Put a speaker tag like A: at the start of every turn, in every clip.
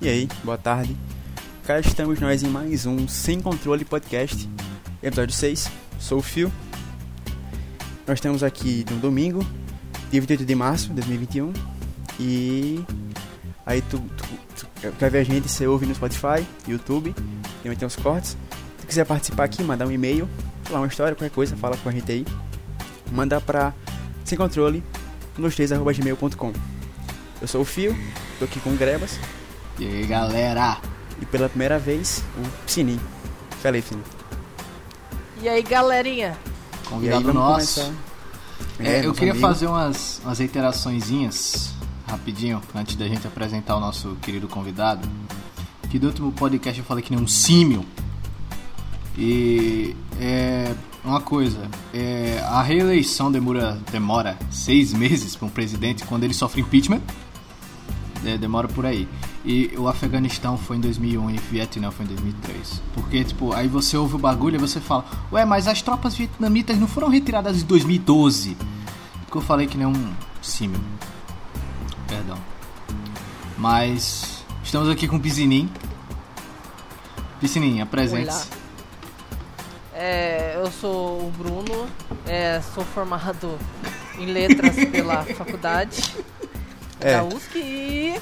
A: E aí, boa tarde. Cá estamos nós em mais um Sem Controle Podcast, episódio 6. Sou o Fio. Nós estamos aqui no domingo, dia 28 de março de 2021. E aí tu, tu, tu quer ver a gente, você ouve no Spotify, YouTube, também tem uns cortes. Se tu quiser participar aqui, mandar um e-mail, falar uma história, qualquer coisa, fala com a gente aí. Manda pra sem controle, gmail.com Eu sou o Fio, tô aqui com o Grebas
B: E aí, galera?
A: e pela primeira vez o Sininho. Fala aí, Sininho.
C: E aí, galerinha?
A: E aí
B: Convidado
A: vamos
B: nosso.
A: começar.
B: É,
A: É,
B: eu
A: nosso
B: queria
A: amigo.
B: fazer umas, umas reiteraçõezinhas rapidinho, antes da gente apresentar o nosso querido convidado. Que do último podcast eu falei que nem um símio. E é uma coisa, é, a reeleição demora, demora seis meses para um presidente quando ele sofre impeachment. É, demora por aí. E o Afeganistão foi em 2001 e Vietnã foi em 2003. Porque, tipo, aí você ouve o bagulho e você fala: Ué, mas as tropas vietnamitas não foram retiradas em 2012? Porque eu falei que nem um símio. Perdão. Mas estamos aqui com o Piscinim. Piscinim, apresente-se.
C: É, eu sou o Bruno, é, sou formado em letras pela faculdade
A: É.
C: da USC e,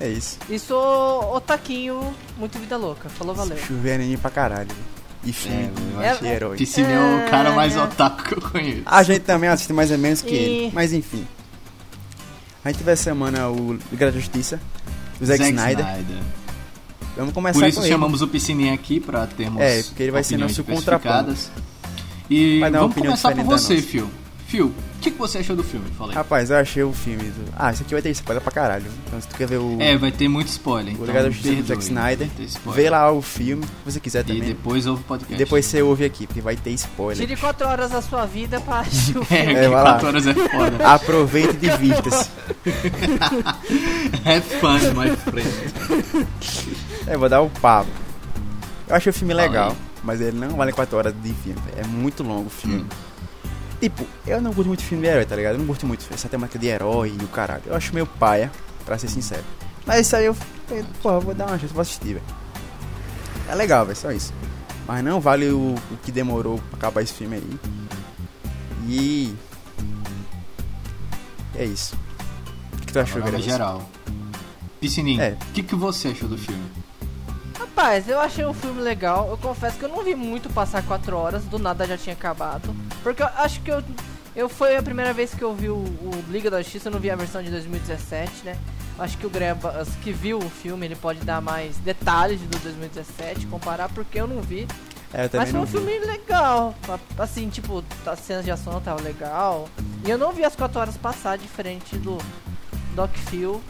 A: É isso.
C: e sou otaquinho, muito vida louca. Falou, valeu.
A: Chover é anime pra caralho. E filme,
B: É, eu
A: eu achei
C: acho-
A: herói.
B: Piscinim é o cara mais
C: É.
B: otaku que eu conheço.
A: A gente também assiste mais ou menos que
C: E-
A: ele, mas enfim. A gente vai semana o Liga da Justiça, o é Zack, Snyder. Vamos começar
B: Por isso
A: com ele.
B: chamamos o Piscininha aqui pra termos.
A: É, porque ele vai ser
B: opiniões
A: nosso
B: diversificadas. E
A: Vai dar uma
B: vamos
A: opinião
B: começar por
A: diferente da
B: você,
A: nossa. Tá
B: Phil. Phil, o que, que você achou do filme? Falei.
A: Rapaz, eu achei o filme do... Ah, isso aqui vai ter spoiler pra caralho. Então se tu quer ver o...
B: É, vai ter muito spoiler. Então,
A: o Liga da Justiça do
B: perdoe,
A: Zack Snyder,
B: vai ter spoiler.
A: vê lá o filme, se você quiser
B: E
A: também.
B: depois ouve o
A: E
B: podcast.
A: depois você ouve aqui, porque vai ter spoiler.
C: Tire quatro horas da sua vida pra assistir o
B: É,
C: filme.
A: É,
B: que
A: vai lá.
B: 4 horas é foda.
A: Aproveita e divirta-se.
B: é fun, my friend.
A: É, vou dar o papo. Eu achei o filme
B: Fala
A: legal,
B: aí.
A: mas ele não vale 4 horas de filme. velho. É muito longo o filme.
B: Hum.
A: Tipo, eu não curto muito filme de herói, tá ligado? Eu não curto muito essa temática de herói e o caralho. Eu acho meio paia, pra ser sincero. Mas isso aí eu. eu, Porra, vou dar uma chance, vou assistir, velho. É legal, velho, só isso. Mas não vale o, o que demorou pra acabar esse filme aí. E. É isso. O que tu achou,
B: Panorama
A: galera?
B: geral. Piscininho, o
A: É.
B: que, que você achou do filme?
C: Rapaz, eu achei o filme legal. Eu confesso que eu não vi muito passar quatro horas, do nada já tinha acabado. Porque eu acho que eu. eu foi a primeira vez que eu vi o, o Liga da Justiça, eu não vi a versão de 2017, né? Eu Acho que o Grebas, que viu o filme, ele pode dar mais detalhes do 2017, comparar, porque eu não vi.
A: É, eu também
C: Mas foi
A: não
C: um
A: vi.
C: filme legal. A- Assim, tipo, as cenas de ação tava legal. E eu não vi as quatro horas passar, diferente do Doc Phil,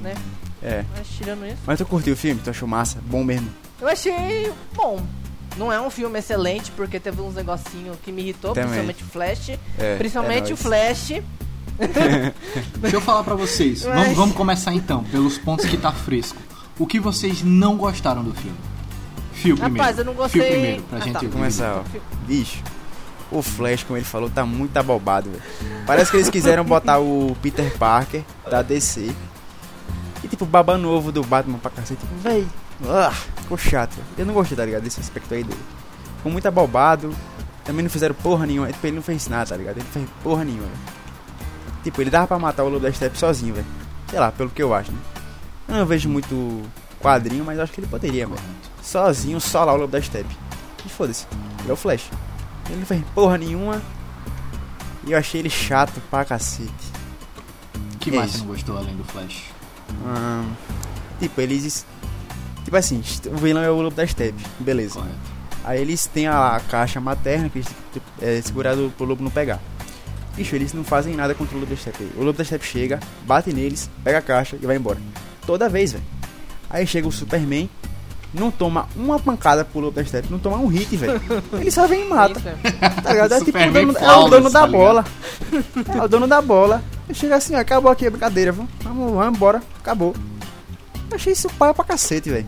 C: né?
A: É.
C: Mas tirando isso.
A: Mas tu curtiu o filme? Tu achou massa? Bom mesmo?
C: Eu achei bom. Não é um filme excelente, porque teve uns negocinhos que me irritou,
A: Também.
C: principalmente o Flash.
A: É,
C: principalmente
A: é
C: o
A: nóis.
C: Flash.
B: Deixa eu falar pra vocês.
C: Mas-
B: Vamos, vamos começar então, pelos pontos que tá fresco. O que vocês não gostaram do filme? Fio primeiro.
C: Rapaz, eu não gostei-
B: Fio primeiro, pra
C: Ah,
B: gente
C: tá.
B: ouvir.
A: Começar, ó. Bicho, o Flash, como ele falou, tá muito abobado, velho. Parece que eles quiseram botar o Peter Parker da DC. E tipo, o baba novo do Batman pra cacete. Tipo, véi. Ah, ficou chato. velho. Eu não gostei, tá ligado? Desse aspecto aí dele. Ficou muito abobado. Também não fizeram porra nenhuma. Tipo, ele não fez nada, tá ligado? Ele não fez porra nenhuma. velho. Tipo, ele dava pra matar o Lobo da Steppe sozinho, velho. Sei lá, pelo que eu acho, né? Eu não vejo muito quadrinho, mas eu acho que ele poderia, velho. sozinho, só lá o Lobo da Steppe. E foda-se, ele é o Flash. Ele não fez porra nenhuma. E eu achei ele chato pra cacete.
B: O que
A: É
B: mais
A: isso.
B: você não gostou além do Flash?
A: Ahn, tipo, eles. Tipo assim, est- o vilão é o Lobo da Steppe, beleza.
B: Correto.
A: Aí eles têm a caixa materna que eles têm que é, segurar do- pro lobo não pegar. Bicho, eles não fazem nada contra o lobo da steppe. O lobo da steppe chega, bate neles, pega a caixa e vai embora. Toda vez, velho. Aí chega o Superman, não toma uma pancada pro lobo da steppe, não toma um hit, velho. Ele só vem e mata.
C: Isso, né?
A: Tá ligado? É tipo o
B: Superman
A: dono, é o dono
B: flawless,
A: da
B: tá
A: bola. É o dono da bola. Ele chega assim, ó, acabou aqui a brincadeira, vamos, vamos, vamos embora, acabou. Eu achei isso paia pra cacete, velho.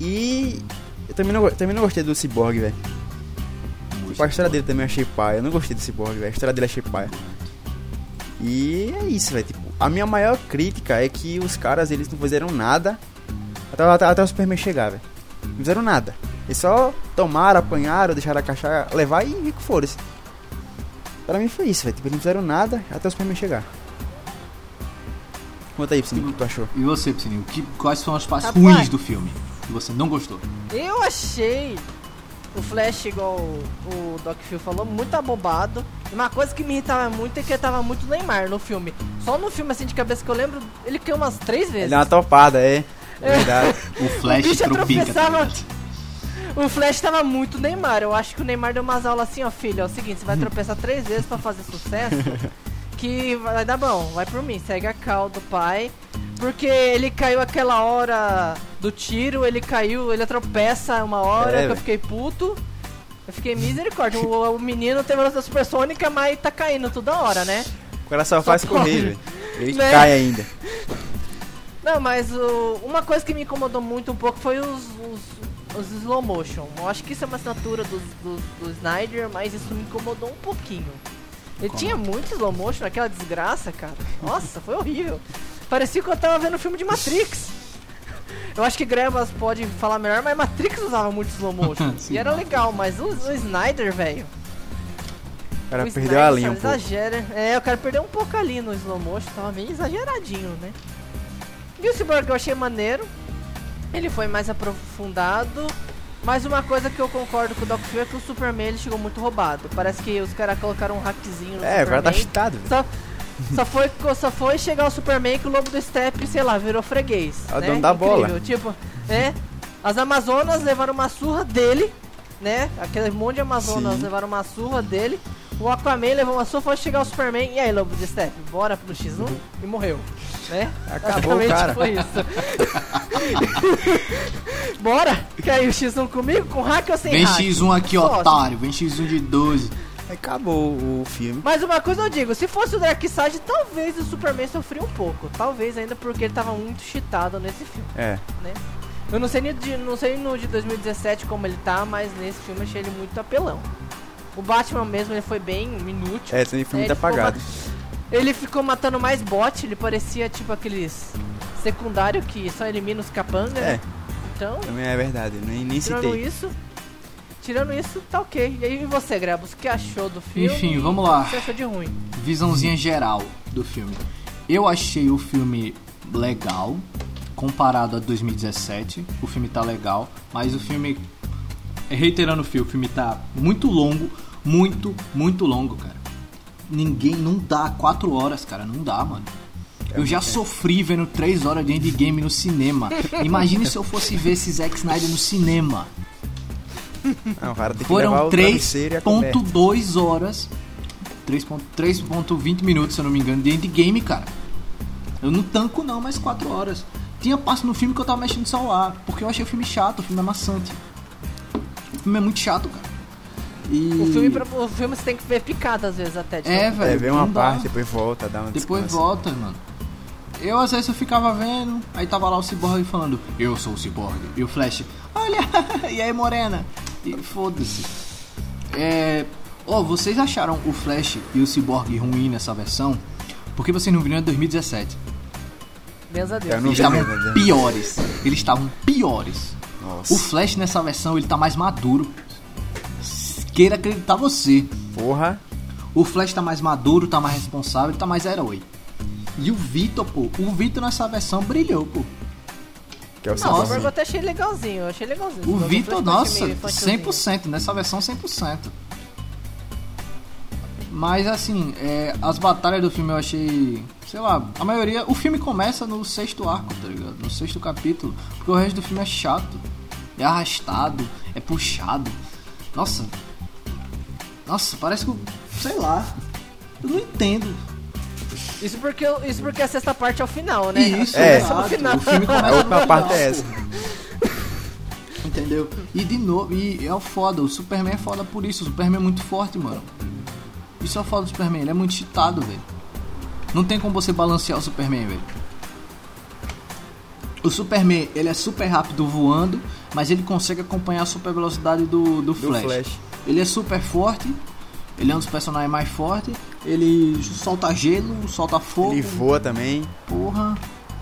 A: E eu também não, go- também não gostei do Cyborg, velho.
B: Não gostei.
A: Tipo, é A história dele também eu achei paia. Eu não gostei do Cyborg, velho. A história dele eu achei paia. E é isso, velho. Tipo, a minha maior crítica é que os caras, eles não fizeram nada até, até, até o Superman chegar, velho. Não fizeram nada. Eles só tomaram, apanharam, deixaram a caixa levar e que foram. Pra mim foi isso, velho. Tipo, eles não fizeram nada até o Superman chegar. Conta aí, Psininho, o que tu achou?
B: E você, Psininho, que, quais são as partes
C: Rapaz.
B: ruins do filme que você não gostou?
C: Eu achei o Flash, igual o o Doc Phil falou, muito abobado. E Uma coisa que me irritava muito é que ele tava muito Neymar no filme. Só no filme, assim, de cabeça que eu lembro, ele caiu umas três
A: Ele
C: vezes.
A: deu uma topada, é. É Verdade.
B: O Flash
C: O bicho
B: tropica, tá
C: tropeçava-
B: ligado?
C: O Flash tava muito Neymar. Eu acho que o Neymar deu umas aulas assim, ó, filho. É o seguinte,
A: Hum.
C: você vai tropeçar três vezes pra fazer sucesso. que vai dar bom, vai por mim, segue a cal do pai. Porque ele caiu aquela hora do tiro, ele caiu, ele tropeça uma hora,
A: É,
C: que eu
A: velho.
C: fiquei puto. Eu fiquei misericórdia. o, o menino tem velocidade supersônica, mas tá caindo toda hora, né?
A: O cara só faz
C: pode.
A: correr, velho. Ele
C: Né?
A: cai ainda.
C: Não, mas o- uma coisa que me incomodou muito um pouco foi os, os, os slow motion. Eu acho que isso é uma assinatura do, do, do Snyder, mas isso me incomodou um pouquinho. Ele
B: Como?
C: tinha muito slow motion naquela desgraça, cara. Nossa, foi horrível. Parecia que eu tava vendo um filme de Matrix. Eu acho que Grebas pode falar melhor, mas Matrix usava muito slow motion.
B: Sim.
C: e era legal, mas o, o Snyder, velho.
A: O cara
C: o
A: perdeu a
C: Snyder
A: linha um pouco.
C: exagera. É, o cara perdeu um pouco ali no slow motion, tava meio exageradinho, né? E o Cyborg eu achei maneiro. Ele foi mais aprofundado. Mas uma coisa que eu concordo com o Doc Phil é que o Superman ele chegou muito roubado. Parece que os caras colocaram um hackzinho no
A: É, o cara tá
C: Superman.
A: cheatado, velho.
C: Só, só, foi, só foi chegar o Superman que o Lobo do Step, sei lá, virou freguês.
A: É o
C: né?
A: dono da
C: Incrível,
A: bola.
C: Tipo, é. As Amazonas levaram uma surra dele, né? Aquele monte de Amazonas
A: Sim.
C: levaram uma surra dele. O Aquaman levou uma surra, foi chegar o Superman. E aí, Lobo do Step, bora pro X1 Uhum. e morreu. Né?
A: Acabou o
C: Basicamente
A: cara.
C: Foi isso. bora! Quer ir o X1 comigo? Com hack ou sem
B: Vem
C: hack?
B: X1 aqui,
C: Só.
B: otário. Vem X1 de 12.
A: Acabou o filme.
C: Mas uma coisa eu digo, se fosse o Darkseid, talvez o Superman sofria um pouco. Talvez ainda porque ele tava muito cheatado nesse filme,
A: É.
C: né? Eu não sei, nem de, não sei no de 2017 como ele tá, mas nesse filme eu achei ele muito apelão. O Batman mesmo, ele foi bem inútil.
A: É, também foi
C: né?
A: muito
C: Ele ficou
A: apagado.
C: ma- Ele ficou matando mais bot, ele parecia tipo aqueles secundário que só elimina os capanga,
A: É,
C: né? Então,
A: também é verdade. Nem, nem
C: tirando
A: citei.
C: isso... Tirando isso, tá ok. E aí você, Grabos, o que achou do filme?
B: Enfim,
C: E
B: vamos lá.
C: O que você achou de ruim?
B: visãozinha geral do filme. Eu achei o filme legal comparado a 2017. O filme tá legal, mas o filme reiterando o filme, o filme tá muito longo, muito, muito longo, cara. Ninguém não dá quatro horas, cara, não dá, mano. Eu já sofri vendo três horas de Endgame no cinema. Imagine se eu fosse ver esse Zack Snyder no cinema.
A: Não, o cara tem que levar
B: Foram
A: o travesseiro e a coberta.
B: 3.2 horas. 3.20 minutos, se eu não me engano, de endgame, cara. Eu não tanco não, mas 4 horas. Tinha passo no filme que eu tava mexendo no celular, porque eu achei o filme chato, o filme é maçante. O filme é muito chato, cara. E...
C: O filme, pra- o filme você tem que ver picado às vezes até. tipo, de
B: É,
C: novo.
B: velho.
A: É, vê uma
B: não dá.
A: parte, depois volta, dá uma
B: Depois
A: descanso.
B: volta, mano. Eu às vezes eu ficava vendo, aí tava lá o Cyborg falando, eu sou o Cyborg. E o Flash, olha, e aí morena? E foda-se. É. Ô, vocês acharam o Flash e o Cyborg ruim nessa versão? Por que vocês não viram em 2017?
C: Menos a Deus.
A: Eu não
B: Eles
A: vi
B: estavam
A: mesmo, né?
B: piores. Eles estavam piores.
A: Nossa,
B: O Flash nessa versão ele tá mais maduro. Queira acreditar você.
A: porra.
B: O Flash tá mais maduro, tá mais responsável, tá mais herói. E o Vitor, pô, o Vitor nessa versão brilhou, pô.
A: Que é o
C: Não, o
A: Cyborg.
C: Cyborg eu até achei legalzinho, eu achei legalzinho.
B: O
C: Cyborg
B: Vitor,
C: Flash eu
B: nossa,
C: achei meio infantilzinho.
B: 100%, nessa versão 100%. Mas assim, é, as batalhas do filme eu achei, sei lá, a maioria, o filme começa no sexto arco, tá ligado? No sexto capítulo, porque o resto do filme é chato, é arrastado, é puxado. Nossa. Nossa, parece que, eu- sei lá. Eu não entendo.
C: Isso porque, isso porque a sexta parte é o final, né?
B: Isso,
A: É.
B: exato.
C: No final.
B: O filme começa
A: A última
B: no
A: parte
B: final,
A: é essa.
B: pô. Entendeu? E de novo, e é o foda, o Superman é foda por isso, o Superman é muito forte, mano. Isso é o foda do Superman, ele é muito cheatado, velho. Não tem como você balancear o Superman, velho. O Superman, ele é super rápido voando, mas ele consegue acompanhar a super velocidade do, do,
A: Flash.
B: Ele é super forte, ele é um dos personagens mais fortes, Ele solta gelo, solta fogo.
A: Ele voa também,
B: Porra.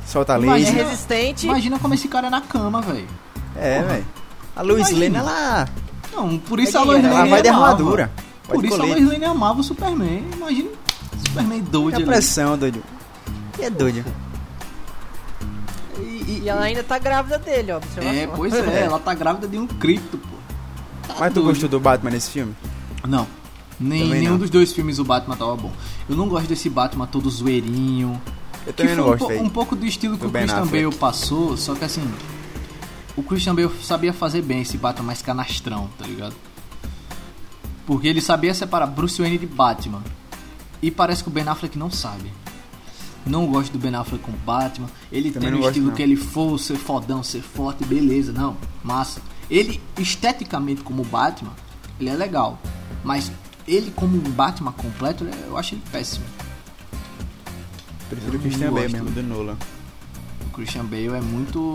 A: solta
C: É
B: Imagina-
A: laser.
C: resistente.
B: Imagina como esse cara é na cama, velho.
A: É,
B: Porra.
A: velho. A Lois Lane,
B: Imagina.
A: ela,
B: Não, por isso
C: É
B: a Lois
C: guerreira,
B: Lane
A: ela vai de
B: amava.
A: armadura. Vai
B: Por
A: de
B: isso a
A: colete.
B: Lois Lane amava o Superman. Imagina Superman
A: É a
B: doido ali.
A: pressão, doido. E é doido.
B: E, e-
C: E ela ainda tá grávida dele, ó. observação.
B: É, pois é, ela tá grávida de um cripto, pô. Tá
A: Mas tu
B: doido.
A: gostou do Batman nesse filme?
B: Não. Nem,
A: Também
B: nenhum
A: não.
B: dos dois filmes o Batman tava bom. Eu não gosto desse Batman todo zoeirinho.
A: Eu
B: Que
A: também
B: foi
A: não
B: um, po-
A: gostei.
B: um pouco do estilo que
A: Do
B: o
A: Ben
B: Christian
A: Affleck.
B: Bale passou, só que assim. O Christian Bale sabia fazer bem esse Batman mais canastrão, tá ligado? Porque ele sabia separar Bruce Wayne de Batman. E parece que o Ben Affleck não sabe. Não gosto do Ben Affleck com Batman. Ele
A: Também
B: tem
A: não
B: o
A: gosto,
B: estilo
A: não.
B: que ele for, ser fodão, ser forte, beleza, não. Massa. Ele, esteticamente, como Batman, ele é legal. Mas ele, como um Batman completo, ele é- eu acho ele péssimo.
A: Prefiro o
B: eu um não
A: Christian Bale
B: gosto.
A: mesmo, do Nolan.
B: O Christian Bale é muito.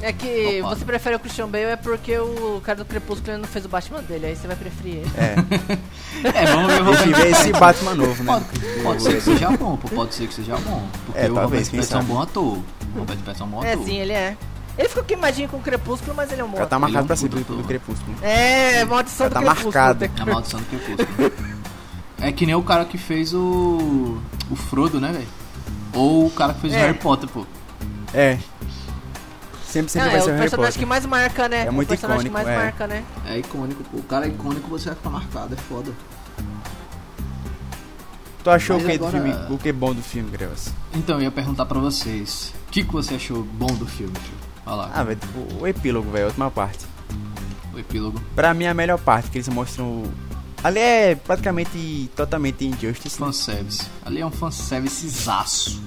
C: É que
B: Opa.
C: você prefere o Christian Bale é porque o cara do Crepúsculo ainda não fez o Batman dele, aí você vai preferir ele.
A: É.
B: É, vamos ver, vamos
A: Enfim, vê esse Batman novo, né?
B: Pode, pode ser que seja bom, pô, pode ser que seja bom. Porque
A: É,
B: o
A: talvez,
B: Robert
A: quem
B: Pattinson é um
A: sabe.
B: bom ator. O Robert Pattinson é um bom
C: É
B: ator.
C: sim, ele é. Ele ficou queimadinho com o Crepúsculo, mas ele é um bom.
A: Já tá
B: Ele é
A: marcado
B: um
A: pra sempre
B: puta
A: do
B: ator.
A: Crepúsculo.
C: É, maldição
A: Já
C: do
A: tá
C: Crepúsculo.
A: marcado.
B: É A maldição do Crepúsculo. É que nem o cara que fez o. o Frodo, né, velho? Ou o cara que fez o
C: É.
B: Harry Potter, pô.
A: É. Sempre,
C: Não,
A: sempre vai
C: é o
A: ser o Harry
C: personagem
A: Potter.
C: que mais marca, né?
A: É muito
C: o personagem
A: icônico,
C: que mais
A: é.
C: marca, né?
B: É icônico, pô. O cara é icônico, você vai ficar marcado, é foda.
A: Tu achou o
B: Mas
A: que do
B: agora-
A: filme? O que é bom do filme, Grevas?
B: Então, eu ia perguntar pra vocês: o que, que você achou bom do filme, tio? Olha lá,
A: Ah, velho, o- o epílogo, velho, a última parte.
C: Ah.
B: o epílogo.
A: Pra mim, a melhor parte, que eles mostram... o- Ali é praticamente totalmente Injustice. né?
B: Fanservice. Ali é um fanservice zaço.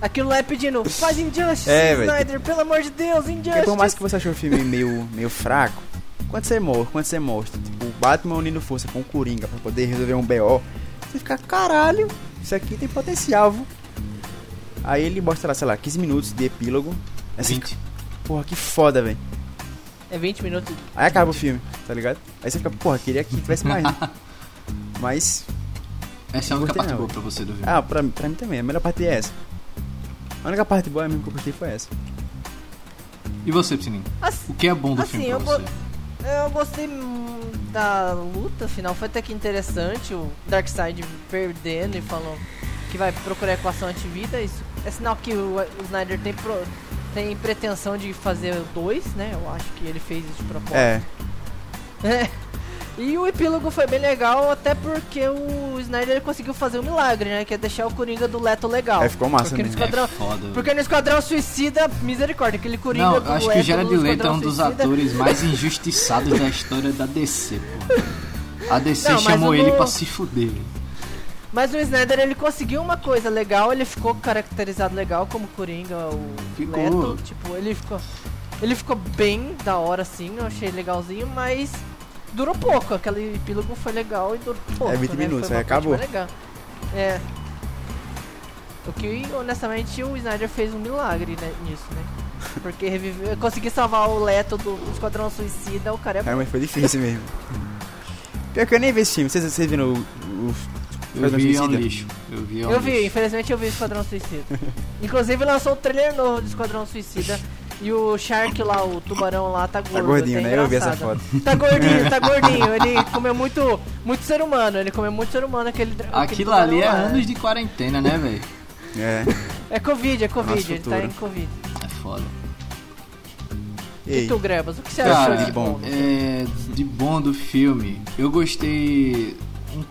C: Aquilo lá é pedindo, faz Injustice,
A: É, velho.
C: Snyder, pelo amor de Deus, Injustice.
A: Porque por mais que você achou o filme meio, meio fraco, quando você mostra, quando você mostra, tipo, o Batman unindo força com o Coringa pra poder resolver um BO, você fica, caralho, isso aqui tem potencial, vô. Aí ele mostra lá, sei lá, 15 minutos de epílogo. Aí você
B: Gente,
A: fica, porra, que foda, velho.
C: É 20 minutos.
A: Aí acaba o filme, tá ligado? Aí você fica, porra, queria que tivesse mais. né? Mas,
B: essa é a única
A: Gostei
B: parte
A: não.
B: boa pra você do filme.
A: ah, pra, mim- pra mim também, a melhor parte é essa. A única parte boa mesmo que eu gostei foi essa.
B: E você, Piscininho?
C: Assim,
B: O que é bom do
C: Assim,
B: filme pra
C: eu
B: você?
C: vou- eu gostei hum, da luta final, foi até que interessante. O Darkseid perdendo e falou que vai procurar equação antivida. Isso é sinal que o, o Snyder tem, pro- tem pretensão de fazer o dois, né? Eu acho que ele fez isso de propósito.
A: É,
C: É. E o epílogo foi bem legal, até porque o Snyder conseguiu fazer um milagre, né? Que é deixar o Coringa do Leto legal.
A: aí ficou massa né?
C: Porque eles
A: mesmo.
C: Esquadrão-
B: É foda. velho.
C: Porque no Esquadrão Suicida, misericórdia, aquele Coringa
B: Não,
C: do
B: eu acho que
C: Leto
B: o Jared
C: do
B: Leto é
C: Esquadrão
B: um dos
C: Suicida-
B: atores mais injustiçados da história da DC, pô. A DC
C: Não, mas
B: chamou
C: o
B: ele
C: do-
B: pra se fuder. velho.
C: Mas o Snyder, ele conseguiu uma coisa legal, ele ficou caracterizado legal como Coringa, o
B: Ficou.
C: Leto. Tipo, ele ficou... Ele ficou bem da hora, assim, eu achei legalzinho, mas... Durou pouco, aquele epílogo foi legal e durou pouco,
A: 20
C: né?
A: É minutos,
C: Foi uma
A: aí acabou.
C: parte mais legal. É. O que, honestamente, o Snyder fez um milagre né, nisso, né? Porque reviveu, conseguir salvar o Leto do Esquadrão Suicida, o cara é...
A: Cara, mas foi difícil mesmo. Pior que eu nem vi esse filme. Vocês, vocês viram o, o-
B: Eu
A: Esquadrão
B: vi é um
A: Suicida.
B: lixo. Eu vi é um
C: Eu vi,
B: lixo.
C: infelizmente eu vi Esquadrão Suicida. Inclusive lançou o trailer novo do Esquadrão Suicida. E o Shark lá, o tubarão lá, tá gordo.
A: Tá gordinho,
C: até
A: né? Eu vi essa
C: engraçado.
A: foto.
C: Tá gordinho, tá gordinho. Ele comeu muito, muito ser humano. Ele comeu muito ser humano aquele. aquele
B: Aquilo
C: tubarão
B: ali é
C: lá.
B: anos de quarentena, né, velho?
A: É.
C: É Covid, é Covid.
A: Nosso
C: ele tá
A: futuro.
C: em Covid.
B: É foda.
A: Ei,
C: E
B: Então,
C: tu, Grebas, o que você
B: Cara,
C: achou de
A: é
C: bom?
A: bom.
B: É, de bom do filme, eu gostei. um-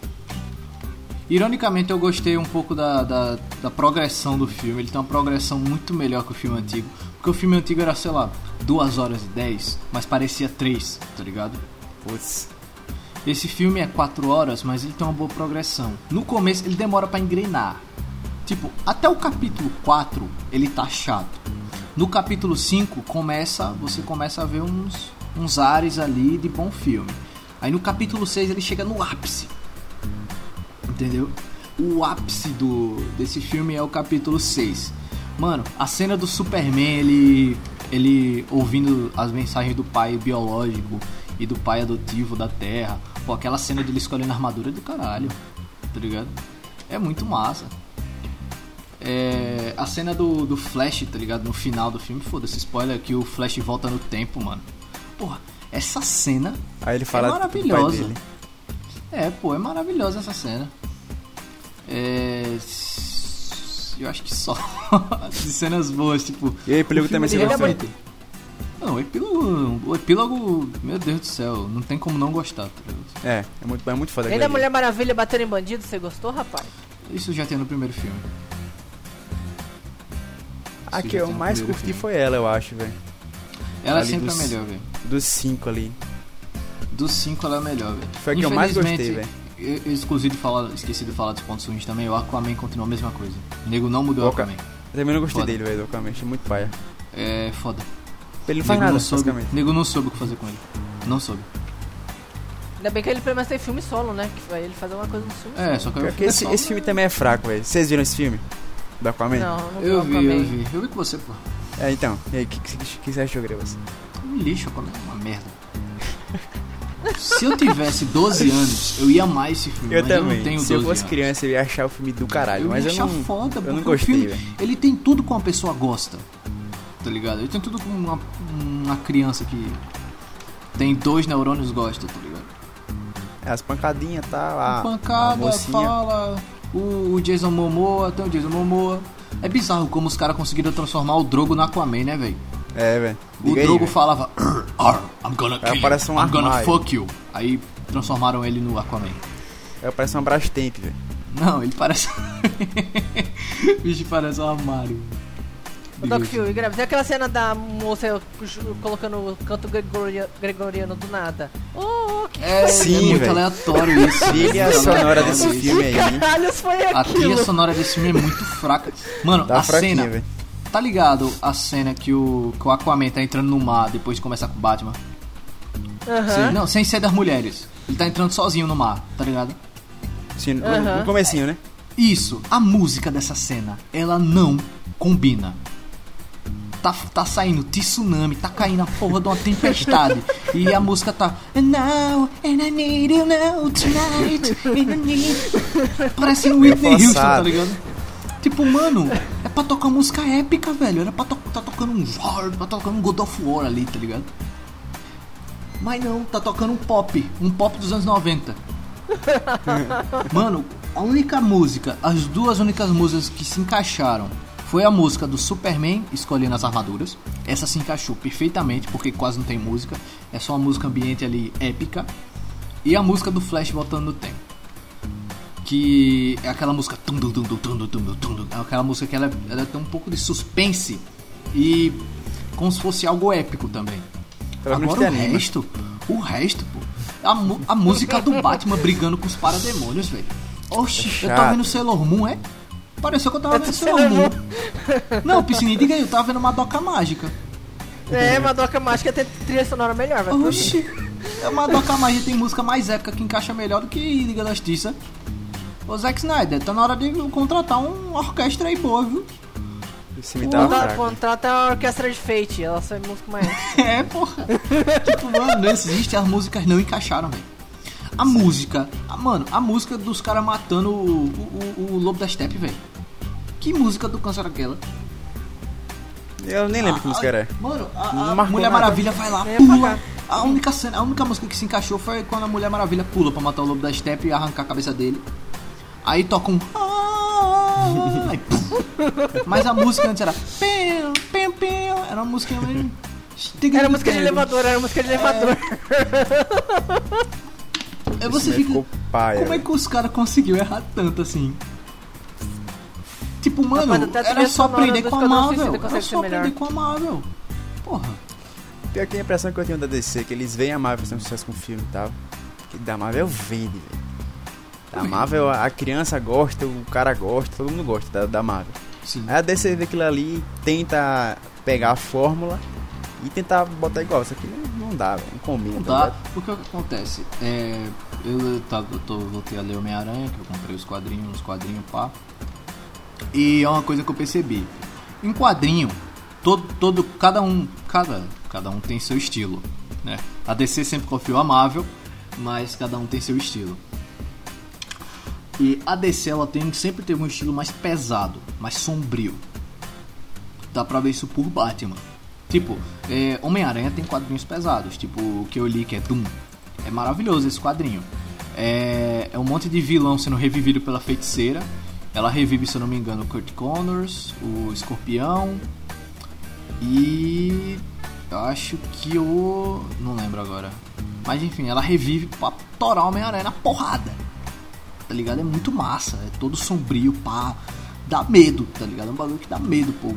B: Ironicamente, eu gostei um pouco da, da, da progressão do filme. Ele tem uma progressão muito melhor que o filme antigo. Porque o filme antigo era, sei lá, 2 horas e 10, mas parecia 3, tá ligado?
A: putz.
B: Esse filme é 4 horas, mas ele tem uma boa progressão. No começo, ele demora pra engrenar. Tipo, até o capítulo 4, ele tá chato. No capítulo 5, começa, você começa a ver uns, uns ares ali de bom filme. Aí no capítulo 6, ele chega no ápice. Entendeu? O ápice do, desse filme é o capítulo 6. Mano, a cena do Superman, ele, ele ouvindo as mensagens do pai biológico e do pai adotivo da Terra. Pô, aquela cena dele escolhendo a armadura é do caralho. tá ligado? É muito massa. É, a cena do, do Flash, tá ligado? No final do filme, foda-se, spoiler que o Flash volta no tempo, mano. Porra, essa cena
A: Aí ele fala
B: é
A: do pai
B: maravilhosa.
A: dele.
B: É, pô, é maravilhosa essa cena. É. s- Eu acho que só. De cenas boas, tipo.
A: E aí, Pelico
B: o filme,
A: também se
B: ele é
A: gostou?
B: bonito. Não, o epílogo, o epílogo. Meu Deus do céu, não tem como não gostar, tá ligado?
A: É, é muito, é muito foda.
C: Nem
A: aquilo
C: da
A: ali.
C: Mulher Maravilha batendo em bandido, você gostou, rapaz?
B: Isso já tem no primeiro filme.
A: A
B: Isso
A: que
B: já
A: eu
B: tem no
A: mais
B: primeiro
A: curti
B: filme.
A: foi ela, eu acho, velho.
B: Ela
A: ali
B: sempre
A: dos-
B: é a melhor, velho.
A: Dos cinco ali.
B: Dos cinco ela é a melhor, velho.
A: Foi a que eu mais
B: Infelizmente,
A: gostei, velho.
B: Eu, eu esqueci de falar, esqueci de falar dos pontos ruins também. O Aquaman continua a mesma coisa. O nego não mudou o
A: Boca.
B: Aquaman.
A: Eu também não gostei
B: Foda.
A: dele, velho, do Aquaman. Achei muito paia.
B: É foda.
A: Ele não faz
B: nego
A: nada,
B: não soube,
A: basicamente.
B: nego não soube o que fazer com ele. Não soube.
C: Ainda bem que ele pelo menos tem filme solo, né? Que vai ele fazer uma coisa no filme.
B: É, só que eu
A: Pior que esse, esse filme também é fraco, velho. Vocês viram esse filme? Do Aquaman?
C: Não, não
B: Eu
C: vi,
B: vi, eu vi. Eu vi com você, pô.
A: É, então. E aí, o que, que, que, que você achou, Grevas?
B: Um lixo, eu comi uma merda. Se eu tivesse 12 anos, eu ia amar esse filme.
A: Eu
B: mas Eu não
A: também.
B: tenho
A: Se eu
B: 12
A: fosse
B: anos.
A: criança, eu ia achar o filme do caralho.
B: eu
A: mas
B: ia
A: eu
B: achar
A: não.
B: foda,
A: eu
B: porque
A: não
B: o
A: gostei,
B: filme,
A: velho.
B: Ele tem tudo que uma pessoa gosta, tá ligado? Ele tem tudo que uma, uma criança que tem dois neurônios gosta, tá ligado?
A: As pancadinhas, tá lá. a
B: Pancada,
A: mocinha.
B: fala, o, o Jason Momoa, tem o Jason Momoa. É bizarro como os caras conseguiram transformar o Drogo no Aquaman, né, velho?
A: É, velho.
B: O
A: Diga aí,
B: Drogo
A: velho.
B: falava, "Arr, arr, I'm gonna
A: Aí
B: kill you,
A: aparece um
B: I'm gonna
A: armário.
B: fuck you. Aí transformaram ele no Aquaman.
A: Ela É, parece uma Brastemp, velho.
B: Não, ele parece... o bicho parece um armário.
C: O Doc Fury, grava. Tem aquela cena da moça eu ju- colocando o canto gregoria- gregoriano do nada. Oh, que
B: É,
A: Sim,
B: é muito
A: velho.
B: aleatório isso. né?
A: Trilha
B: Muito
A: sonora
B: aleatório
A: desse
B: isso.
A: filme aí, né? Ah, hein?
C: caralho foi
B: A trilha
C: aquilo?
B: sonora desse filme é muito fraca. Mano,
A: Tá
B: a cena.
A: fraquinho, velho.
B: Tá ligado a cena que o, que o Aquaman tá entrando no mar depois de começar com o Batman?
C: Aham.
B: Não, sem ser das mulheres. Ele tá entrando sozinho no mar, tá ligado?
A: Sim, no-
C: Aham.
A: no comecinho, né?
B: Isso, a música dessa cena, ela não combina. Tá, tá saindo tsunami, tá caindo a porra de uma tempestade. e a música tá. And now, and I need you now, tonight, and I need. Parece um
A: Meio
B: Whitney Houston, tá
A: forçado.
B: ligado? Tipo, mano, é pra tocar música épica, velho. Era pra to tá tocando um hard, tá tocando um God of War ali, tá ligado? Mas não, tá tocando um pop, um pop dos anos 90. Mano, a única música, as duas únicas músicas que se encaixaram foi a música do Superman escolhendo as armaduras. Essa se encaixou perfeitamente, porque quase não tem música. É só uma música ambiente ali épica. E a música do Flash voltando no tempo. Que é aquela música. tum, tum, tum, tum, tum, tum, tum, tum, tum. É aquela música que ela, ela tem um pouco de suspense e como se fosse algo épico também.
A: Pelo menos
B: Agora o
A: te anima.
B: resto, o resto, pô. A, mu- a música do Batman brigando com os parademônios, velho.
A: É
B: Oxi, eu tava
A: chato. É
B: vendo Sailor Moon, é? Pareceu que eu tava vendo Sailor
C: Sailor
B: Moon. Não, Piscininha, diga aí, eu tava vendo uma doca mágica.
C: É, Madoka Mágica tem trilha sonora melhor, vai pro
B: Oxi, é uma doca mágica tem música mais épica que encaixa melhor do que Liga da Justiça. Ô Zack Snyder, tá na hora de contratar uma orquestra aí boa, viu?
A: Esse me
C: Conta-
A: tava Tá fraco.
C: Contrata a orquestra de Fate, ela só é música mais.
B: É, porra. tipo, mano, não existe, as músicas não encaixaram, velho. A música, a- mano, a música dos caras matando o, o, o- o Lobo da Steppe, velho. Que música do câncer aquela?
A: Eu nem lembro É, que música era.
B: Mano, a,
A: Não
B: a
A: marcou
B: Mulher
A: nada.
B: Maravilha vai lá,
C: Nem
B: pula.
C: apagar.
B: A única, cena, a única música que se encaixou foi quando a Mulher Maravilha pula pra matar o Lobo da Steppe e arrancar a cabeça dele. Aí toca um. Aí, pum. Mas a música antes era. pim, pim, pim. Era uma música meio.
C: Era música de elevador, era música de
A: É,
C: elevador.
B: Aí
A: Esse
B: você
A: meio
B: fica.
A: ficou paia,
B: Como é
A: velho.
B: que os caras conseguiu errar tanto assim? Tipo, mano,
C: Rapaz, até a
B: era
C: trilha
B: só
C: sonora
B: aprender
C: do
B: com a
C: Esquadrão Suicida
B: Marvel. Era
C: consegue ser
B: só aprender
C: melhor.
B: com a Marvel. Porra.
A: Pior que a impressão que eu tenho da DC é que eles veem a Marvel fazendo sucesso com o filme e tal. Que da Marvel vende, velho.
B: é?
A: Da Marvel a criança gosta, o cara gosta, todo mundo gosta da, da Marvel.
B: Sim.
A: Aí a DC vê aquilo ali, tenta pegar a fórmula e tentar botar igual. Isso aqui não, não dá, velho. Não combina.
B: Não
A: tá
B: dá. O que acontece? É, eu, tá, eu tô, voltei a ler Homem-Aranha, que eu comprei os quadrinhos, os quadrinhos, pá. E é uma coisa que eu percebi. Em quadrinho, todo, todo, cada um, cada, cada um tem seu estilo, né? A DC sempre confiou a Marvel, mas cada um tem seu estilo. E a DC ela tem, sempre teve um estilo mais pesado, mais sombrio. Dá pra ver isso por Batman. Tipo, é, Homem-Aranha tem quadrinhos pesados, tipo o que eu li que é Doom. É maravilhoso esse quadrinho. É, é um monte de vilão sendo revivido pela feiticeira. Ela revive, se eu não me engano, o Kurt Connors, o Escorpião e eu acho que o. Não lembro agora. Mas enfim, ela revive pra torar o Homem-Aranha na porrada. Tá ligado? É muito massa. É todo sombrio, pá. Dá medo, tá ligado? É um bagulho que dá medo, pô.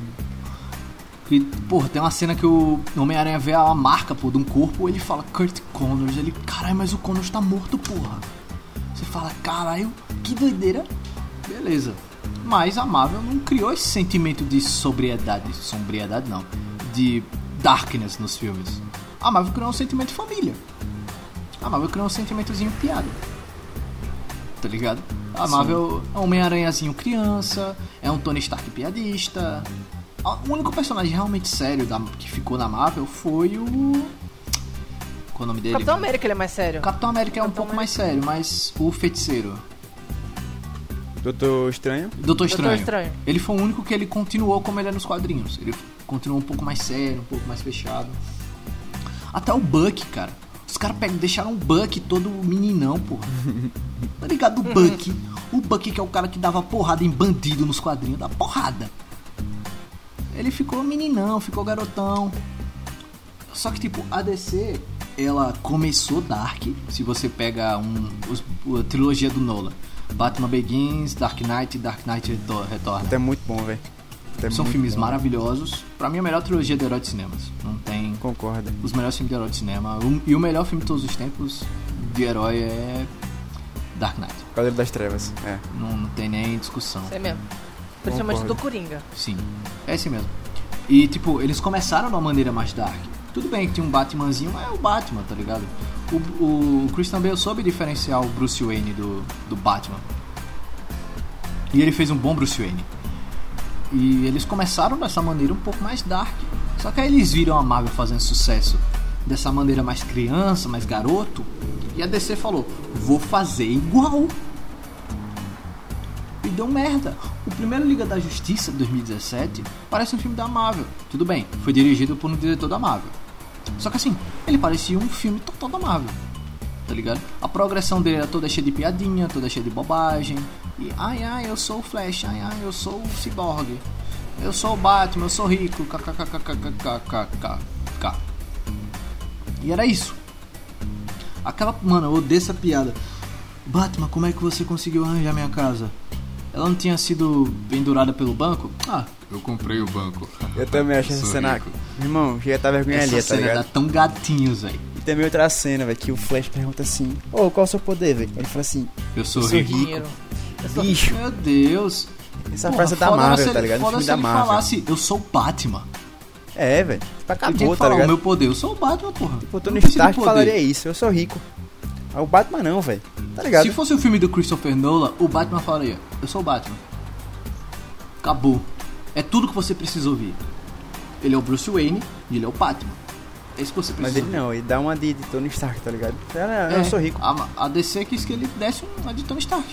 B: E, porra, tem uma cena que o Homem-Aranha vê a marca, pô, de um corpo, ele fala Kurt Connors. Ele, caralho, mas o Connors tá morto, porra. Você fala, caralho, que doideira. Beleza. Mas a Marvel não criou esse sentimento de sobriedade. Sombriedade não. De darkness nos filmes. A Marvel criou um sentimento de família. A Marvel criou um sentimentozinho piada. Tá ligado? A Marvel é um Homem-Aranhazinho criança, é um Tony Stark piadista. A- O único personagem realmente sério da- que ficou na Marvel foi o. Qual é o nome dele?
C: Capitão América ele é mais sério.
B: Capitão América é um pouco mais sério, mas o feiticeiro.
A: Doutor Estranho?
B: Doutor Estranho.
C: Estranho.
B: Ele foi o único que ele continuou como ele é nos quadrinhos. Ele continuou um pouco mais sério, um pouco mais fechado. Até o Buck, cara. Os caras pegam- deixaram o Buck todo meninão, porra. Tá ligado? O Buck. O Buck que é o cara que dava porrada em bandido nos quadrinhos, dá porrada. Ele ficou meninão, ficou garotão. Só que, tipo, a DC, ela começou Dark. Se você pega um, os- a trilogia do Nolan. Batman Begins, Dark Knight e Dark Knight Retor- Retorna.
A: Até muito bom, velho. Até É
B: São
A: muito
B: filmes
A: bom.
B: maravilhosos. Pra mim, é a melhor trilogia de herói de cinemas. Não tem
A: Concorda.
B: os melhores filmes de herói de cinema. O- E o melhor filme de todos os tempos de herói é Dark Knight.
A: Cavaleiro das Trevas. É.
B: Não, não tem nem discussão.
C: Isso aí É mesmo. Principalmente
A: Concordo.
C: do Coringa.
B: Sim, é esse mesmo. E, tipo, eles começaram de uma maneira mais dark. Tudo bem que tinha um Batmanzinho, mas é o Batman, tá ligado? O, o Christian Bale soube diferenciar o Bruce Wayne do, do Batman. E ele fez um bom Bruce Wayne. E eles começaram dessa maneira um pouco mais dark. Só que aí eles viram a Marvel fazendo sucesso dessa maneira mais criança, mais garoto. E a DC falou: vou fazer igual. E deu merda. O primeiro Liga da Justiça de 2017 parece um filme da Marvel. Tudo bem, foi dirigido por um diretor da Marvel. Só que assim, ele parecia um filme total da Marvel. Tá ligado? A progressão dele era toda cheia de piadinha, toda cheia de bobagem. E ai ai, eu sou o Flash, ai ai, eu sou o Cyborg. Eu sou o Batman, eu sou rico, kkkkkkkkk. E era isso. Aquela. Mano, eu odeio essa piada. Batman, como é que você conseguiu arranjar minha casa? Ela não tinha sido pendurada pelo banco? Ah,
D: Eu comprei o banco.
A: Eu também acho essa
D: Sou
A: cena.
D: rico.
A: Irmão, chega a tá vergonha
B: essa
A: ali, tá
B: cena dá
A: ligado?
B: tão gatinhos, velho.
A: E também outra cena, velho, que o Flash pergunta assim: Ô, qual é o seu poder, velho? Ele fala assim:
B: Eu sou
A: Eu sou
B: rico.
A: rico.
C: Dinheiro.
A: Bicho,
B: Meu Deus.
A: essa
B: Porra,
A: frase é da
B: foda se
A: Marvel,
B: ele-
A: tá ligado? Um
B: Foda
A: filme
B: se
A: da
B: ele
A: Marvel.
B: falasse, eu sou o Batman.
A: É, velho. Tipo,
B: eu tinha
A: acabou,
B: que
A: tá
B: falar o
A: ligado?
B: meu poder, eu sou o Batman, porra.
A: Tipo, O
B: Eu não
A: Tony
B: preciso de
A: Stark
B: poder.
A: falaria isso: Eu sou rico. Ah, o Batman não, velho. Tá ligado?
B: Se fosse o filme do Christopher Nolan, o Batman falaria, eu sou o Batman. Acabou. É tudo que você precisa ouvir. Ele é o Bruce Wayne e ele é o Batman. É isso que você
A: Mas
B: precisa
A: ele
B: ouvir.
A: não, ele dá uma de, de Tony Stark, tá ligado? Cara,
B: É,
A: eu sou rico.
B: A, a DC quis que ele desse uma de Tony Stark.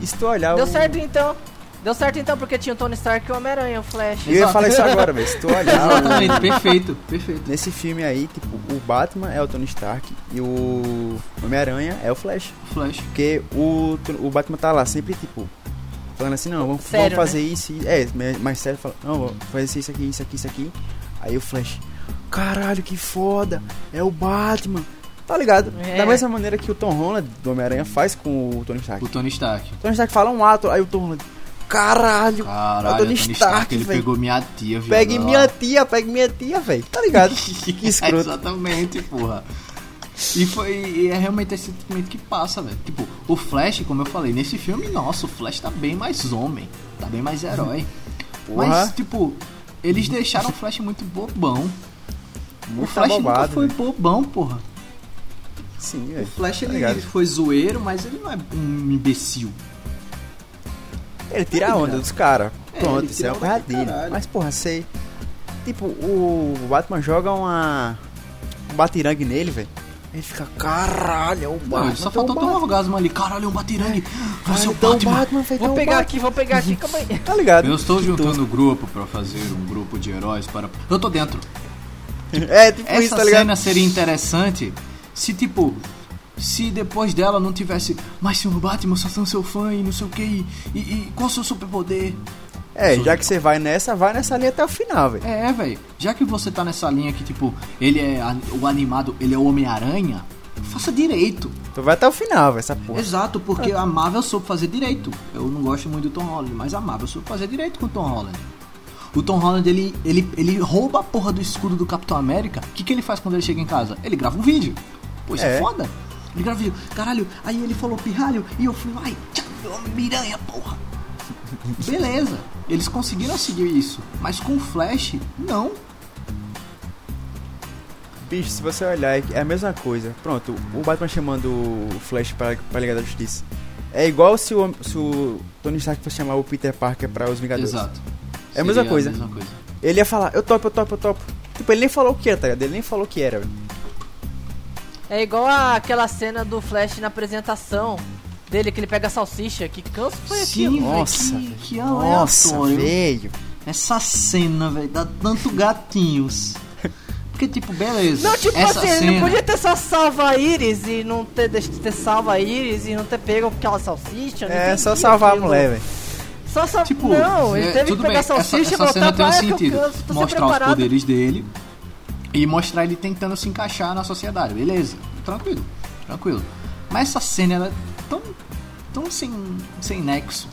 A: E se tu olhar
C: Deu
A: o-
C: certo então. Deu certo então porque tinha o Tony Stark e o Homem-Aranha, o Flash.
A: Eu ia falar isso agora, velho. Se tu olhar o-
B: Exatamente, perfeito, perfeito.
A: Nesse filme aí, tipo, o Batman é o Tony Stark e o Homem-Aranha é o Flash.
B: Flash.
A: Porque o, o Batman tá lá sempre, tipo, falando assim, não, vamos,
C: Sério, né?"
A: vamos fazer isso. e- É, mas- mas sério, fala, não, vamos fazer isso aqui, isso aqui, isso aqui. Aí o Flash, caralho, que foda, é o Batman. Tá ligado?
C: É.
A: Da mesma maneira que o Tom Holland do Homem-Aranha faz com o Tony Stark.
B: O
A: O
B: Tony Stark.
A: Tony Stark fala um ato, aí o Tom Holland, caralho,
B: Caralho,
A: é o Tony Stark,
B: ele
A: velho.
B: pegou minha tia, viu?
A: Pegue
B: Olha
A: minha
B: lá.
A: tia, pegue minha tia, velho. Tá ligado? que escroto.
B: Exatamente, porra. E, foi, e é realmente esse sentimento que passa, velho. Tipo, o Flash, como eu falei, nesse filme, nossa, o Flash tá bem mais homem. Tá bem mais herói.
A: Uhum. Porra.
B: Mas, tipo, eles deixaram o Flash muito bobão. o
A: Muito
B: Flash nunca
A: abobado,
B: foi
A: velho.
B: bobão, porra.
A: Sim, é.
B: O
A: velho.
B: Flash, ele,
A: Tá ligado?
B: ele foi zoeiro, mas ele não é um imbecil.
A: Ele tira a onda dos caras.
B: É,
A: Pronto,
B: ele
A: isso
B: tira
A: é
B: a
A: o
B: onda
A: cara
B: do
A: dele.
B: caralho.
A: Mas, porra, sei. Tipo, o Batman joga uma. Um batirangue nele, velho. A gente fica, caralho, é o
B: Não,
A: Batman. tem
B: só
A: o
B: faltou ter um
A: Batman.
B: orgasmo ali. Caralho, é um Batirangue. Você é o
A: Caralho, tem o
B: Batman.
A: Batman, velho, tem
C: Vou
A: o
C: pegar
A: Batman.
C: aqui, vou pegar aqui, calma aí.
A: Tá ligado?
B: Eu estou juntando o grupo pra fazer um grupo de heróis para. Eu tô dentro.
A: É, tipo isso,
B: Essa
A: tá ligado?
B: cena seria interessante se, tipo, se depois dela não tivesse. Mas, senhor Batman, eu só sou seu fã e não sei o que. E, e, e qual o seu superpoder?
A: É, já que você vai nessa, vai nessa linha até o final, velho.
B: É, velho. Já que você tá nessa linha que, tipo, ele é a- o animado, ele é o Homem-Aranha, faça direito.
A: Tu vai até o final, velho, essa porra.
B: Exato, porque a Marvel soube fazer direito. Eu não gosto muito do Tom Holland, mas a Marvel soube fazer direito com o Tom Holland. O Tom Holland, ele, ele, ele rouba a porra do escudo do Capitão América. O que, que ele faz quando ele chega em casa? Ele grava um vídeo. Pô, isso é,
A: É.
B: foda. Ele grava um vídeo. Caralho, aí ele falou pirralho e eu fui, ai, tchau, meu miranha, porra. Beleza, eles conseguiram seguir isso, mas com o Flash, não.
A: Bicho, se você olhar, é a mesma coisa. Pronto, o Batman chamando o Flash pra, pra Liga da Justiça. É igual se o, se o Tony Stark fosse chamar o Peter Parker pra Os Vingadores.
B: Exato.
A: É a mesma
B: Seria
A: coisa.
B: mesma coisa.
A: Ele ia falar, eu topo, eu topo, eu topo. Tipo, ele nem falou o que era, tá ligado? Ele nem falou o que era, velho.
C: É igual a- aquela cena do Flash na apresentação dele, que ele pega a salsicha. Que canso foi
B: Sim,
C: aquilo?
B: velho,
A: Nossa,
B: que, é que
A: Nossa,
B: aleatório.
A: velho.
B: Essa cena, velho, dá tanto gatinhos. Porque, tipo, beleza.
C: Não, tipo
B: essa
C: assim,
B: cena,
C: ele não podia ter só salva a Iris e não ter, deix- ter salva a Iris e não ter pego aquela salsicha. eu não
A: É
C: entendi
A: só salvar
C: aquilo.
A: a mulher, velho.
C: Só sal...
B: Tipo,
C: não,
B: é,
C: ele teve
B: tudo
C: que pegar
B: bem,
C: a salsicha
B: essa,
C: e
B: essa
C: voltar
B: cena tem
C: pra
B: um
C: ah, é que eu
B: sentido.
C: canso, tô
B: mostrar os
C: separado.
B: poderes dele e mostrar ele tentando se encaixar na sociedade. Beleza, tranquilo, tranquilo. Mas essa cena, ela é tão, tão sem, sem nexo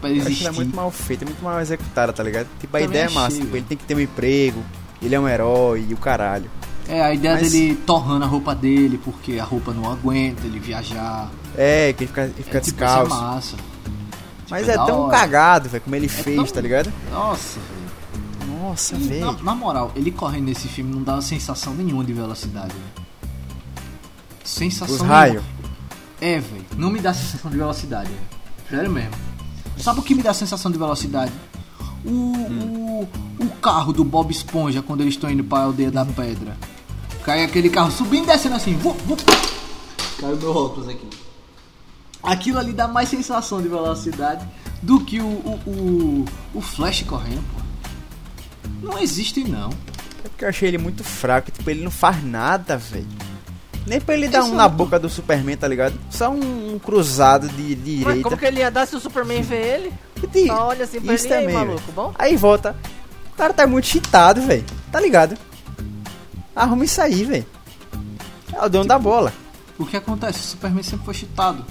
B: pra
A: Eu acho que
B: existir.
A: ela é muito mal feita, muito mal executada, tá ligado? Tipo, a
B: Também
A: ideia é massa.
B: achei,
A: Tipo,
B: velho.
A: ele tem que ter um emprego, ele é um herói e o caralho.
B: É, a ideia
A: Mas-
B: dele torrando a roupa dele, porque a roupa não aguenta, ele viajar.
A: É, que ele fica, ele fica
B: é, tipo, isso é
A: descalço.
B: massa.
A: Mas
B: Tipo,
A: é
B: da
A: tão
B: hora. É
A: cagado, velho, como ele fez,
B: tão-
A: tá ligado?
B: Nossa, velho.
A: Nossa,
B: E, na,
A: velho.
B: na moral, ele correndo nesse filme não dá uma sensação nenhuma de velocidade, velho. Sensação
A: Os
B: nenhuma.
A: raios.
B: É, velho. Não me dá sensação de velocidade, velho. Sério mesmo. Sabe o que me dá sensação de velocidade? O, o, o carro do Bob Esponja quando eles estão indo pra aldeia da pedra. Cai aquele carro subindo e descendo assim. Vu, vu. Caiu meu óculos aqui. Aquilo ali dá mais sensação de velocidade do que o, o, o, o Flash correndo, pô. Não existe, não.
A: É porque eu achei ele muito fraco, tipo, ele não faz nada, velho. Nem pra ele dar um
C: é
B: Exato.
A: na boca do Superman, tá ligado? Só um, um cruzado de, de
C: Mas
A: direita.
C: como que ele ia dar se o Superman vê ele?
A: De-
C: Só olha assim pra
A: Isso
C: ele, e aí,
A: também,
C: maluco,
A: velho.
C: bom?
A: Aí volta. O cara tá muito cheatado, velho. Tá ligado? Arruma isso aí, velho. É o dono da bola.
B: O que acontece? O Superman sempre foi cheatado.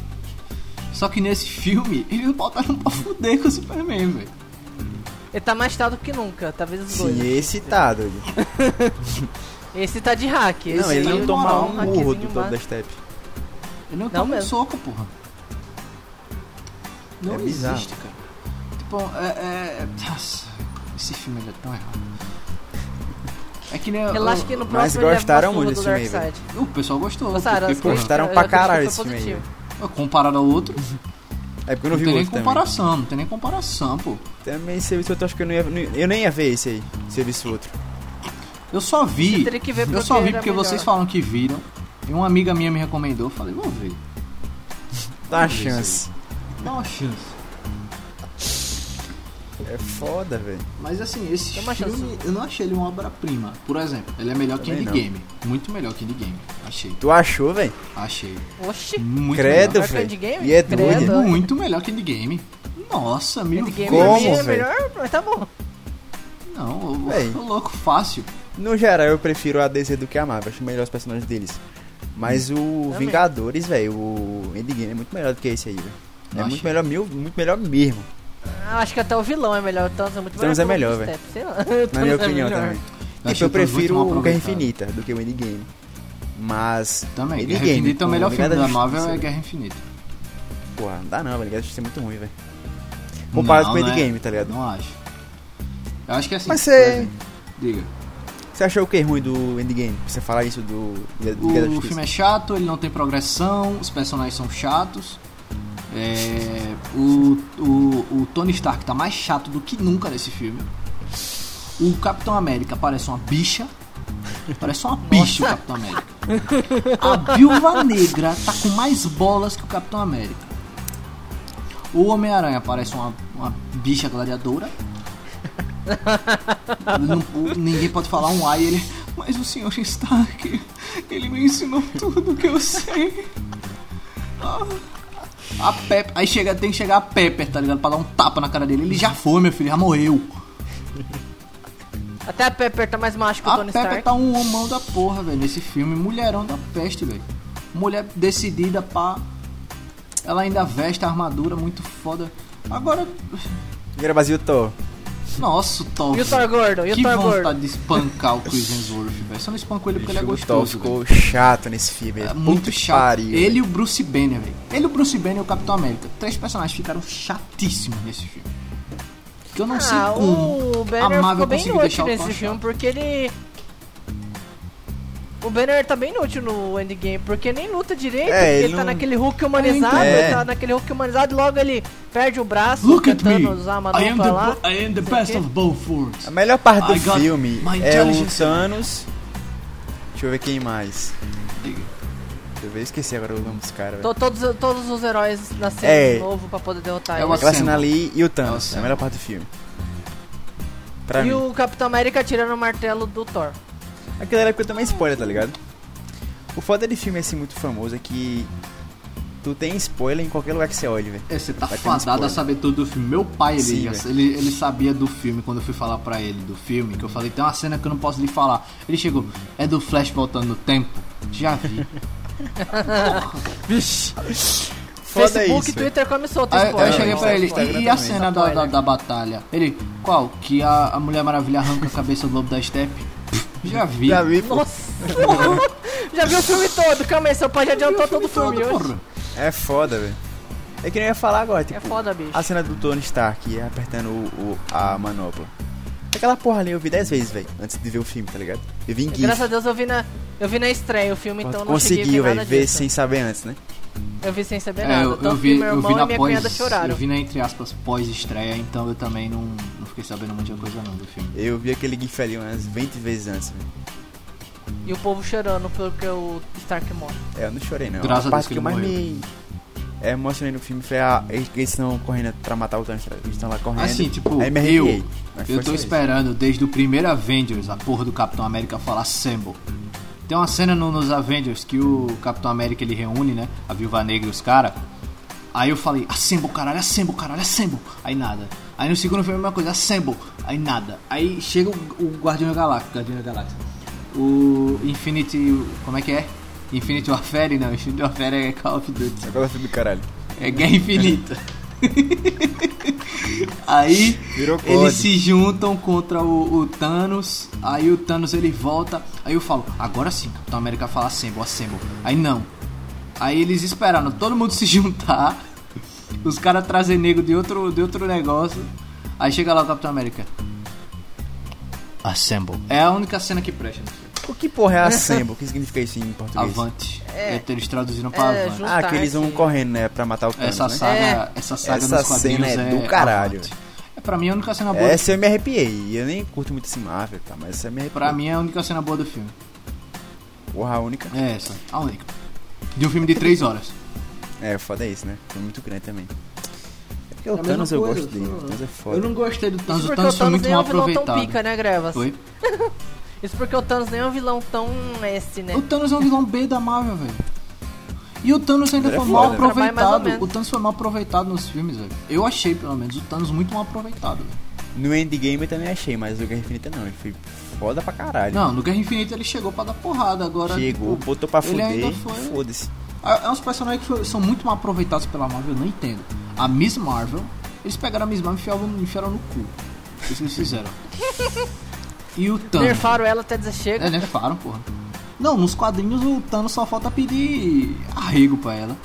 B: Só que nesse filme, eles botaram pra fuder com o Superman, velho.
C: Ele tá mais tado que nunca, talvez os dois.
A: Sim, tá, excitado. Ele.
C: Esse tá de hack.
A: Não,
C: esse
A: ele
C: tá
A: não
C: de
A: toma
C: moral,
A: um
C: hackzinho
A: burro do
C: massa.
A: Top da Step.
B: Ele não,
C: Não
B: toma um
C: mesmo.
B: soco, porra. Não
A: É bizarro.
B: existe, cara. Tipo, é, é. Nossa, esse filme ele é tão errado. É que nem.
C: Eu acho
B: o-
C: que no
A: Mas
C: próximo ele leva uma
A: gostaram
C: surra
A: muito
C: do
A: desse filme aí,
C: Darkseid.
B: O pessoal gostou.
C: Gostaram,
B: porque,
C: as críticas-
B: porra,
A: Gostaram
C: as
A: pra
C: críticas
A: caralho
C: foi
A: esse filme aí,
C: positiva.
B: comparado ao outro,
A: É porque eu não
B: não
A: vi o
B: tem nem
A: outro também.
B: comparação, não tem nem comparação, pô.
A: Também esse serviço outro, acho que eu não ia... não- Eu nem ia ver esse aí, serviço outro.
B: Eu só vi.
C: Você teria que ver
B: eu
C: porque
B: só vi
C: era
B: porque
C: melhor.
B: vocês falam que viram. E uma amiga minha me recomendou, eu falei, vou ver.
A: Dá Tá uma
B: Vamos ver
A: chance.
B: Dá uma chance.
A: É foda, velho.
B: Mas assim, esse
C: Dá uma
B: filme,
C: chance.
B: eu não achei ele uma obra-prima. Por exemplo, ele é melhor que
A: Também
B: Indie
A: não.
B: Game. Muito melhor que Indie Game. Achei,
A: Tu achou, velho?
B: achei.
C: Oxi.
A: Hum.
B: Muito
A: Credo,
B: melhor.
C: Será que é
A: velho.
C: endgame?
A: E é
C: Credo.
A: doido.
C: velho.
B: Muito melhor que Indie Game. Nossa, mil
C: Endgame
A: Como,
C: pra mim é
A: velho?
C: melhor, mas tá bom.
B: vezes. Não, eu- eu
A: Véi.
B: tô louco, fácil.
A: No geral, eu prefiro a DC do que a Marvel. Acho melhor os personagens deles. Mas o Vingadores, velho, o Endgame é muito melhor do que esse aí, velho. É
B: Não
A: muito
B: achei.
A: melhor, mil- muito melhor mesmo,
C: Ah, Acho que até o vilão é melhor. O Thanos é muito melhor.
A: Thanos
C: que o
A: é melhor,
C: Lobo
A: velho.
C: Step, sei lá. O
A: na
C: Thanos
A: minha
C: é
A: opinião
C: melhor.
A: também.
B: Eu
A: Tipo,
B: achei
A: eu
B: o Thanos
A: prefiro
B: muito mal
A: o Guerra
B: aproveitado.
A: Infinita do que o Endgame. Mas.
B: Também,
A: Endgame,
B: Guerra Infinita é o
A: pô,
B: melhor filme
A: Liga
B: da
A: da
B: Marvel,
A: Justiça,
B: é
A: velho.
B: Guerra Infinita.
A: Porra, não dá não, velho. Liga da Justiça é muito ruim, velho. Comparado
B: Não,
A: com o
B: não é.
A: Endgame, tá ligado?
B: Não acho. Eu acho que é assim.
A: Mas
B: por
A: cê-
B: exemplo, Diga.
A: Você achou o que ruim do Endgame? Você falar isso do Liga Liga da
B: O
A: Justiça?
B: filme é chato, ele não tem progressão, os personagens são chatos. É, o, o, o Tony Stark tá mais chato do que nunca nesse filme. O Capitão América parece uma bicha. Parece uma bicha o Capitão América. A Viúva Negra tá com mais bolas que o Capitão América. O Homem-Aranha parece uma, uma bicha gladiadora. Ele não- o- ninguém pode falar um ai, ele. Mas o senhor Stark, ele me ensinou tudo que eu sei. Ah, A Pepper, aí chega, tem que chegar a Pepper, tá ligado? Pra dar um tapa na cara dele. Ele já foi, meu filho, já morreu.
C: Até a Pepper tá mais macho que o
B: A
C: Tony
B: Pepper
C: Stark.
B: tá um homão da porra, velho, nesse filme. Mulherão da peste, velho. Mulher decidida pra. Ela ainda veste a armadura muito foda. Agora. é
A: Vira Brasil Thor.
B: Nossa, o Thor.
C: E o Thor gordo? E
B: que
C: o Thor
B: vontade
C: gordo?
B: de espancar o Chris Hemsworth, velho. Só não espancou ele porque ele é
A: Bicho, o Thor
B: gostoso.
A: ficou chato nesse filme.
B: velho. É
A: velho.
B: muito
A: Puta que
B: chato.
A: pariu,
B: ele
A: velho.
B: e o Bruce Banner, velho. Ele, o Bruce Banner e o Capitão América. Três personagens ficaram chatíssimos nesse filme. Que eu não sei
C: Ah,
B: como
C: o
B: a
C: Banner
B: Marvel
C: ficou bem
B: conseguiu deixar
C: inútil
B: o Thor
C: nesse filme,
B: chato.
C: porque ele... O Banner tá bem inútil no Endgame, porque nem luta direito,
A: É,
C: porque
A: ele
C: ele tá
A: não-
C: naquele Hulk humanizado,
A: É, então.
C: ele tá naquele Hulk humanizado e logo ele perde o braço
B: Look at me.
C: tentando usar a
B: I am, the,
C: manopla lá.
B: I am the
C: sei o
B: best
C: quê.
B: of both worlds.
A: A melhor parte do
B: I got
A: filme
B: my
A: é o
B: intelligence.
A: Thanos. Deixa eu ver quem mais. Deixa eu ver, eu esqueci agora o nome dos caras. velho.
C: Tô- Todos, todos os heróis nasceram
A: É.
C: de novo pra poder derrotar
B: É
C: ele.
B: uma
A: Aquela
B: Sam.
A: cena ali e o Thanos.
B: É o
A: É a
B: Sam.
A: melhor parte do filme. Pra
C: E
A: mim.
C: o Capitão América tirando o martelo do Thor.
A: Aquela época também é spoiler, tá ligado? O foda de filme assim muito famoso é que tu tem spoiler em qualquer lugar que você olhe, velho.
B: É, você tá
A: Vai ter um
B: fadado a
A: spoiler.
B: saber tudo do filme. Meu pai, ele,
A: Sim,
B: já-
A: velho.
B: ele, ele sabia do filme quando eu fui falar pra ele do filme. Que eu falei, tem uma cena que eu não posso lhe falar. Ele chegou, é do Flash voltando no tempo? Já vi.
C: Vixe.
A: Foda
C: Facebook
A: isso,
C: e Twitter come solto.
B: Aí,
C: spoiler. né?
B: aí Ah, eu cheguei
A: Não,
B: pra ele,
A: Instagram
B: e, e a
A: também.
B: cena da, da, da batalha? Ele, qual? Que a, a Mulher Maravilha arranca a cabeça do lobo da Step? Já vi.
A: Já vi, pô.
C: Nossa! já viu o filme todo, calma aí, seu pai já adiantou todo o filme
B: Todo,
C: hoje.
B: porra.
A: É foda, velho. É que nem eu ia falar agora, tipo,
C: É foda, bicho.
A: a cena do Tony Stark apertando o, o- a manopla. Aquela porra ali eu vi 10 vezes, velho, antes de ver o filme, tá ligado? Eu vi em GIF.
C: Graças a Deus eu vi na, eu vi na estreia o filme, então eu não cheguei a
A: Conseguiu,
C: ver
A: velho,
C: nada
A: ver
C: disso.
A: sem saber antes, né?
C: Eu vi sem saber
B: É,
C: nada.
B: eu,
C: Tanto
B: eu
C: que
B: vi,
C: meu
B: eu
C: irmão
B: vi
C: e
B: na
C: minha cunhada
B: pós,
C: choraram.
B: eu vi na entre aspas pós estreia, então eu também não, não fiquei sabendo muita coisa não do filme.
A: Eu vi aquele GIF ali umas 20 vezes antes, velho.
C: E o povo chorando porque o Stark morre.
A: É, eu não chorei, não.
B: Graças a
A: a
B: Deus
A: parte
B: que
A: que,
B: ele
A: eu mais me é, emocionei no filme foi a... Eles eles estão correndo pra matar o Thanos, tá ligado? eles estão lá correndo.
B: Assim, tipo,
A: aí me
B: eu,
A: arrepiei. Mas
B: eu
A: foi só
B: tô
A: isso.
B: esperando desde o primeiro Avengers a porra do Capitão América falar Assemble. Tem uma cena no- nos Avengers que o Capitão América ele reúne, né? A Viúva Negra e os caras. Aí eu falei, Assemble, caralho, Assemble, caralho, Assemble. Aí nada. Aí no segundo filme a mesma coisa, Assemble. Aí nada. Aí chega o, o Guardião da Galáxia, Guardião da Galáxia. O Infinity, como é que é? Infinity Warfare? Não, Infinity Warfare é Call of Duty.
A: Agora eu fui do caralho.
B: É guerra infinita. aí
A: Virou código.
B: eles se juntam contra o, o Thanos. Aí o Thanos ele volta. Aí eu falo, agora sim, Capitão América fala Assemble, Assemble. Aí não. Aí eles esperaram todo mundo se juntar. Os caras trazem nego de outro, de outro negócio. Aí chega lá o Capitão América. Assemble. É a única cena que presta. né? no filme.
A: O que porra é a Assemble? O que significa isso em português?
B: Avante.
C: É.
B: É, Eles traduziram pra
C: É,
B: Avante.
C: junto-
A: Ah, que eles vão
C: Stark.
A: correndo, né, pra matar o Thanos,
B: Essa
A: né?
B: saga, essa saga
A: Essa
B: nos quadrinhos
A: cena
B: é,
A: é do caralho.
B: avante. É pra mim a única cena boa.
A: Essa eu me arrepiei. Eu nem curto muito esse Marvel, tá? Mas essa eu me arrepiei.
B: Pra mim é a única cena boa do filme.
A: Porra a única.
B: É essa, a única. De um filme de três horas.
A: É, foda é isso, né? Foi muito grande também. É porque o
B: a
A: Thanos
B: mesma
A: eu
B: coisa,
A: gosto dele.
B: eu
A: O Thanos é foda.
B: Eu não gostei do Thanos,
C: Isso
B: o
C: porque o
B: Thanos foi
C: Thanos
B: muito
C: nem
B: mal
C: é um vilão tão
B: aproveitado.
C: pica, né, Grevas?
B: Foi.
C: Isso porque o Thanos nem é um vilão tão S, né?
B: O Thanos é um vilão B da Marvel, velho. E o Thanos ainda
A: Ele é
B: foi mal
A: foda, né?
C: Trabalha mais ou
B: aproveitado.
C: menos.
B: O Thanos foi mal aproveitado nos filmes, velho. Eu achei, pelo menos, o Thanos muito mal aproveitado, velho.
A: No Endgame eu também achei, mas o Guerra Infinita não. Ele foi foda pra caralho.
B: Não, no Guerra Infinita ele chegou pra dar porrada, agora.
A: Chegou,
B: tipo,
A: botou pra
B: ele
A: fuder.
B: ainda foi-
A: Foda-se.
B: É é uns personagens que são muito mal aproveitados pela Marvel, eu não entendo. A Miss Marvel, eles pegaram a Miss Marvel e enfiaram, enfiaram no cu. Isso que eles fizeram. E o Thanos.
C: Nerfaram ela até dizer chega.
B: Então. É, nerfaram, porra. Não, nos quadrinhos o Thanos só falta pedir arrego pra ela.